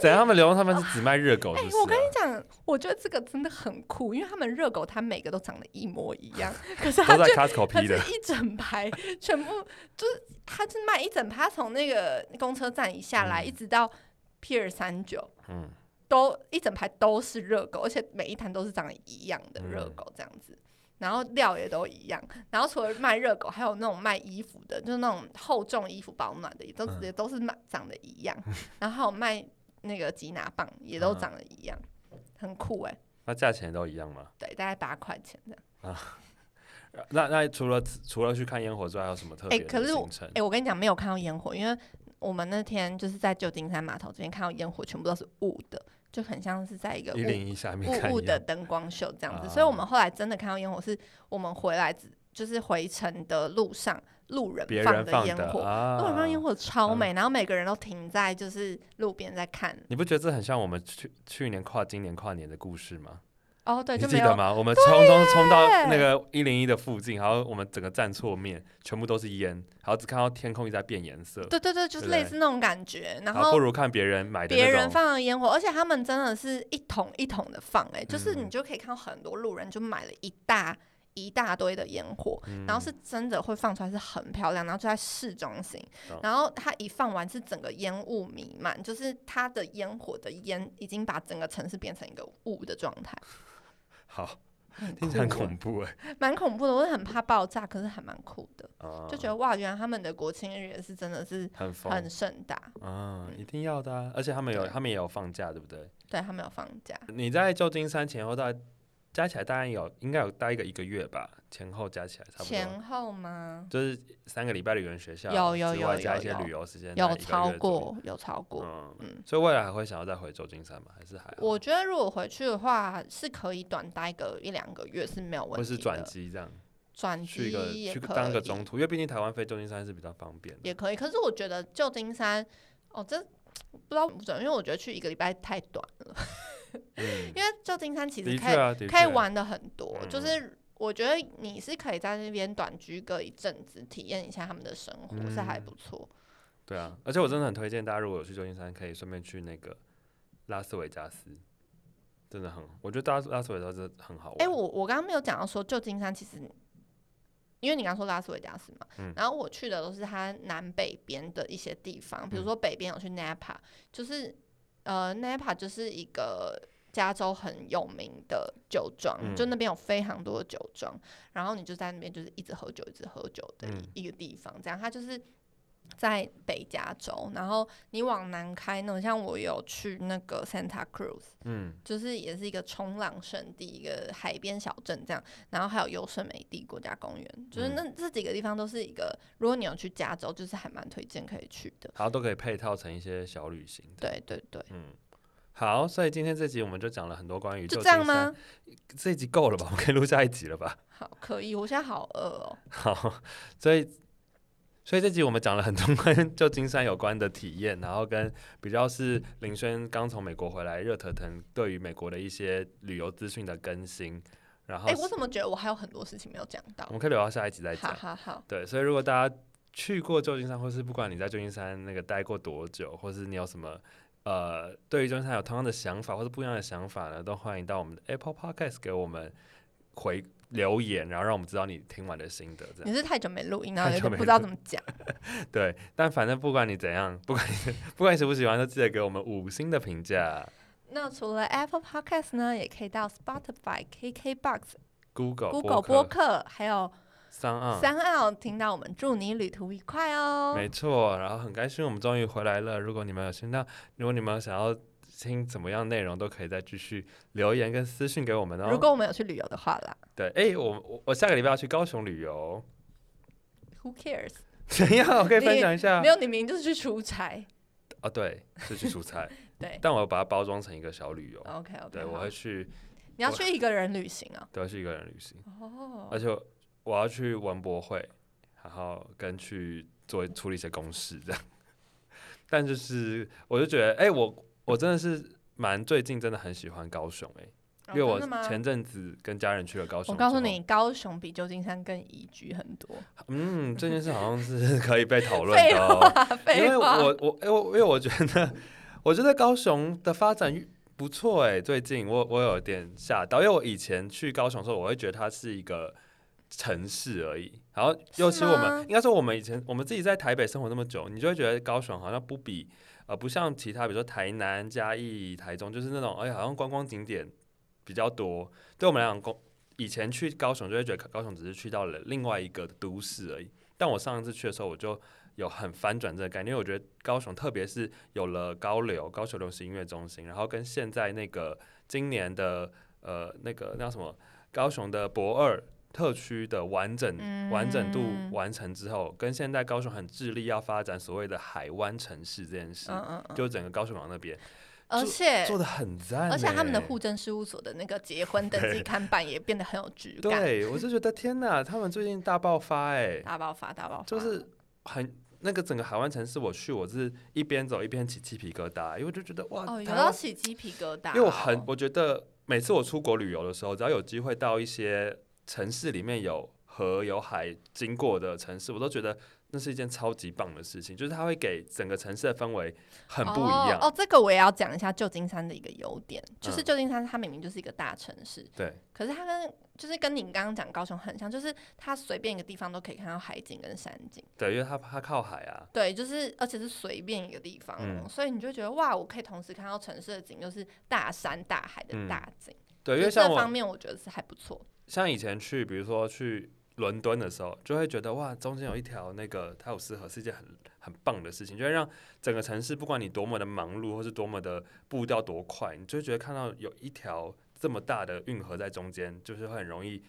A: 怎样？他们流浪他们是只卖热狗，是不是啊？
B: 哎我跟你讲，我觉得这个真的很酷，因为他们热狗它每个都长得一模一
A: [LAUGHS]
B: 样，可是它
A: 都在
B: 就。
A: Costco
B: 它
A: 批
B: 是
A: 的，
B: 一整
A: [LAUGHS]
B: 排，全部就是它是卖一整排，它从那个公车站一下来，
A: 嗯
B: 一直到 Pier 三九，
A: 嗯，
B: 都一整排都是热狗，而且每一摊都是长得一样的
A: 嗯
B: 热狗这样子，然后料也都一样。然后除了卖热狗，还有那种卖衣服的，就是那种厚重衣服保暖的，也都
A: 嗯
B: 也都是卖长得
A: [LAUGHS]
B: 一样。然后还有卖那个吉拿棒，也
A: 嗯
B: 都长得一样，很酷哎、
A: 那价钱都一样吗？呃
B: 对，大概八块钱这样。
A: 那那除了除了去看烟火之外，还有什么特别
B: 可
A: 的
B: 是我
A: 行程
B: 哎、？我跟你讲，没有看到烟火，因为我们那天就是在旧金山码头这边看到烟火，全部都是雾的，就很像是在一个雾
A: 一零一下面看
B: 雾雾
A: 烟
B: 的
A: 火，
B: 灯光秀这样子，
A: 啊
B: 所以我们后来真的看到烟火，是我们回来只就是回程的路上路人
A: 别
B: 放
A: 人
B: 的
A: 放
B: 烟
A: 的
B: 火，
A: 啊，嗯
B: 路人放烟火超美，然后每个人都停在就是路边在看。
A: 你不觉得这很像我们去去年跨今年跨年的故事吗？
B: 哦，对，
A: 你
B: 就
A: 记
B: 没
A: 得
B: 有
A: 吗？我们冲冲冲到那个一零一的附近，然后我们整个站错面，全部都是烟，然后只看到天空一直在变颜色，
B: 对对对，就是
A: 对不对
B: 类似那种感觉。
A: 然
B: 然
A: 后不
B: 后
A: 如看别人买的
B: 别人
A: 那种。
B: 放的烟火，而且他们真的是一桶一桶的放、哎，就是你
A: 嗯
B: 就可以看到很多路人就买了一大一大堆的烟火，
A: 嗯
B: 然后是真的会放出来是很漂亮，然后就在市中心
A: 懂，
B: 然后它一放完是整个烟雾弥漫，就是它的烟火的烟已经把整个城市变成一个雾的状态，
A: 好，
B: 很
A: 听起来很
B: 酷
A: 恐怖哎、
B: 蛮恐怖的，我是很怕爆炸，可是还蛮酷的，
A: 啊，
B: 就觉得哇，原来他们的国庆日也是真的是
A: 很疯
B: 很盛大，
A: 啊，一定要的、啊，而且他们有
B: 对
A: 他们也有放假，对不对？
B: 对他们有放假，
A: 你在旧金山前后大加起来大概有应该有待一个一个月吧，前后加起来差不多。
B: 前后吗？
A: 就是三个礼拜的语言学校，
B: 有有
A: 之
B: 有
A: 外加
B: 有
A: 一些
B: 有
A: 旅游时间，大概
B: 有
A: 一个
B: 超
A: 月左右
B: 过，有超过，
A: 嗯
B: 嗯
A: 所以未来还会想要再回旧金山吗？还是还好
B: 我觉得如果回去的话，是可以短待个一两个月是没有问
A: 或
B: 题的。
A: 是转机这样
B: 转
A: 去
B: 机
A: 一个
B: 也
A: 去
B: 可
A: 当个
B: 以
A: 中途，因为毕竟台湾飞旧金山是比较方便的
B: 也。可以。可是我觉得旧金山，哦，这不知道准不准，因为我觉得去一个礼拜太短了。
A: 嗯，
B: 因为旧金山其实
A: 的
B: 可以、
A: 确啊，的
B: 可以
A: 确
B: 玩的很多，
A: 嗯
B: 就是我觉得你是可以在那边短居个一阵子，体验一下他们的生活、是还
A: 嗯
B: 不错。
A: 对啊，而且我真的很推荐大家，如果有去旧金山，可以顺便去那个拉斯维加斯，真的很，我觉得拉斯拉斯维加斯很好玩。
B: 哎、我我刚刚没有讲到说旧金山其实，因为你刚刚说拉斯维加斯嘛，
A: 嗯
B: 然后我去的都是它南北边的一些地方，比如
A: 嗯
B: 说北边有去 Napa，、就是呃 Napa 就是一个。加州很有名的酒庄，
A: 嗯
B: 就那边有非常多的酒庄，然后你就在那边就是一直喝酒，一直喝酒的
A: 嗯
B: 一一个地方。这样，它就是在北加州，然后你往南开呢，像我有去那个 Santa Cruz，
A: 嗯，
B: 就是也是一个冲浪圣地，一个海边小镇这样，然后还有优胜美地国家公园，就是
A: 嗯
B: 那这几个地方都是一个，如果你有去加州，就是还蛮推荐可以去的。
A: 然后都可以配套成一些小旅行。，
B: 对对对，
A: 嗯，好，所以今天这集我们就讲了很多关于旧
B: 就
A: 金
B: 这样
A: 山。
B: 吗？
A: 这一集够了吧？我 [LAUGHS] 们可以录下一集了吧？
B: 好，可以，我现在好饿哦。
A: 好，所以所以这集我们讲了很多跟旧金山有关的体验，然后跟比较是林轩刚从美国回来热腾腾对于美国的一些旅游资讯的更新，然后
B: 哎、我怎么觉得我还有很多事情没有讲到
A: 我？们可以留到下一集再
B: 好
A: 讲。
B: 好好，
A: 对，所以如果大家去过旧金山，或是不管你在旧金山那个待过多久，或是你有什么呃对于旧金山有同样的想法，或是不一样的想法呢，都欢迎到我们的 Apple Podcast 给我们回留言，然后让我们知道你听完的心得。这样
B: [LAUGHS] 你是太久没
A: [LAUGHS]
B: 录音，然后
A: 啊太
B: 有
A: 久
B: 点
A: 没
B: 不知道怎么讲。
A: 对，但反正不管你怎样，不管你 [LAUGHS] 不管你喜不喜欢，都记得给我们五星的评价。
B: 那除了 Apple Podcast 呢，也可以到 Spotify、KKBox、
A: Google、
B: Google
A: 哦播
B: 播
A: 客、
B: 客，还有
A: 三岸，
B: 三奥听到我们祝你旅途愉快哦。
A: 没错，然后很开心我们终于回来了。如果你们有听到，如果你们想要听怎么样内容，都可以再继续留言跟私讯给我们哦。
B: 如果我们有去旅游的话啦
A: 对，哎、我我我下个礼拜要去高雄旅游， [LAUGHS]
B: ，Who cares？、
A: 怎样？我可以分享一下
B: 没。有，你明明就是去出差。
A: 哦，对，是去出差，
B: [LAUGHS] 对哦
A: 但我要把它包装成一个小旅游。
B: ，OK OK。
A: 哦对，我会去，
B: 你要
A: 我
B: 去一个人旅行啊？
A: 都要去一个人旅行，而
B: 哦，
A: 且我要去文博会，然后跟去做处理一些公事这样。 [LAUGHS] 但就是，我就觉得，哎、我我真的是蛮最近真的很喜欢高雄、哎。因为我
B: 哦真的吗
A: 前阵子跟家人去了高雄，
B: 我告诉，你，高雄比旧金山更宜居很 [LAUGHS] 多。
A: 嗯，这件事好像是可以被讨论
B: 废
A: 的、哦，
B: 话，
A: [LAUGHS] 因
B: 废
A: 为
B: 话。
A: 我我哎我因为我觉得我觉得高雄的发展不错哎、最近我我有点吓到，因为我以前去高雄的时候，我会觉得它是一个城市而已，然后尤其
B: 是
A: 我
B: 吗
A: 们应该说我们以前我们自己在台北生活那么久，你就会觉得高雄好像不比呃不像其他比如说台南、嘉义、台中，就是那种哎好像观光景点比较多，对我们来讲公。以前去高雄就会觉得高雄只是去到了另外一个都市而已，但我上一次去的时候，我就有很翻转这个概念，因为我觉得高雄，特别是有了高流、高雄流行音乐中心，然后跟现在那个今年的呃那个那叫什么高雄的博二特区的完整、
B: 嗯
A: 完整度完成之后，跟现在高雄很致力要发展所谓的海湾城市这件事，
B: 嗯嗯嗯，
A: 就整个高雄港那边
B: 而且
A: 做的很赞欸、
B: 而且他们的户政事务所的那个结婚登记
A: 对
B: 看板也变得很有质感，
A: 对我就觉得天哪，他们最近大爆发哎、
B: 大爆发，大爆发。
A: 就是很那个整个海湾城市，我去我是一边走一边起鸡皮疙瘩，因为我就觉得哇，
B: 哦，有
A: 台
B: 到
A: 湾，
B: 起鸡皮疙瘩哦。
A: 因为我很我觉得每次我出国旅游的时候，只要有机会到一些城市里面有河有海经过的城市，我都觉得那是一件超级棒的事情，就是它会给整个城市的氛围很不一样。
B: 哦。哦，这个我也要讲一下旧金山的一个优点，就是
A: 嗯
B: 旧金山它明明就是一个大城市，
A: 对，
B: 可是它跟就是跟你刚刚讲高雄很像，就是它随便一个地方都可以看到海景跟山景，
A: 对，因为它它靠海啊，
B: 对，就是而且是随便一个地方哦、
A: 嗯
B: 所以你就觉得哇，我可以同时看到城市的景，又是大山大海的
A: 嗯
B: 大景，
A: 对，因
B: 就
A: 为
B: 这
A: 像我
B: 方面我觉得是还不错。
A: 像以前去，比如说去伦敦的时候，就会觉得哇，中间有一条那个泰晤士河是一件很很棒的事情，就会让整个城市，不管你多么的忙碌，或是多么的步调多快，你就会觉得看到有一条这么大的运河在中间，就是会很容易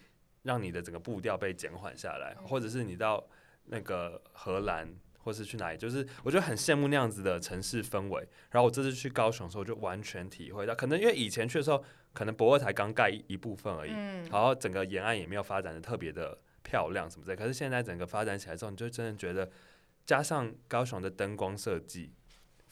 A: 让你的整个步调被减缓下来，或者是你到那个荷兰。或是去哪里，就是我就很羡慕那样子的城市氛围。然后我这次去高雄的时候，就完全体会到，可能因为以前去的时候，可能博尔才刚盖一一部分而已，
B: 嗯，
A: 然后整个沿岸也没有发展的特别的漂亮什么之类。可是现在整个发展起来之后，你就真的觉得，加上高雄的灯光设计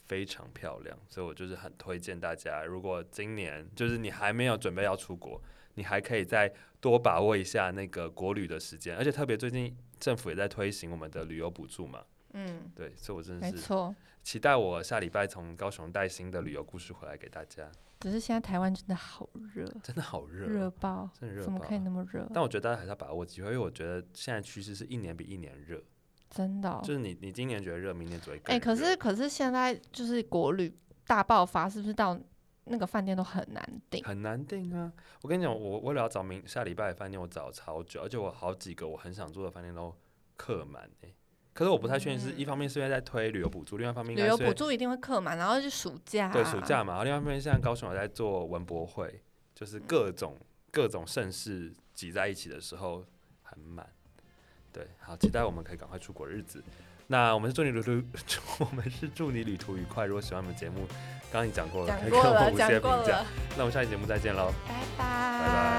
A: 非常漂亮，所以我就是很推荐大家，如果今年就是你还没有准备要出国，你还可以再多把握一下那个国旅的时间，而且特别最近政府也在推行我们的旅游补助嘛，
B: 嗯，
A: 对，所以我真
B: 没
A: 的是
B: 错。
A: 期待我下礼拜从高雄带新的旅游故事回来给大家，
B: 只是现在台湾真的好热，
A: 真的好热
B: 热
A: 哦，
B: 爆，
A: 真的热
B: 怎么
A: 爆
B: 可以那么热？
A: 但我觉得大家还是要把握机会，因为我觉得现在趋势是一年比一年热，
B: 真的哦、
A: 就是你你今年觉得热，明年只会更热。
B: 哎、可是可是现在就是国旅大爆发，是不是到那个饭店都很难订？
A: 很难定啊！我跟你讲，我为了要找明下礼拜的饭店，我找超久，而且我好几个我很想住的饭店都客满哎、可是我不太确定是，一方面是因为在推旅游补助，另外一方面应
B: 嗯
A: 该
B: 旅游
A: 是因
B: 补
A: 为
B: 助一定会客满，然后就暑假、
A: 对暑假。嘛，然后另外一方面现在高雄有在做文博会，
B: 嗯
A: 就是各种各种盛事挤在一起的时候很满。对，好期待我们可以赶快出国的日子。那我们是祝你旅 [LAUGHS] 途，祝我们是祝你旅途愉快。如果喜欢我们节目，刚刚已经讲过了，[LAUGHS]
B: 讲
A: 可以给
B: 过
A: 我
B: 了，
A: 们五星
B: 讲
A: 的
B: 过
A: 评价。
B: 了，
A: 那我们下期节目再见喽。
B: 拜拜，
A: 拜拜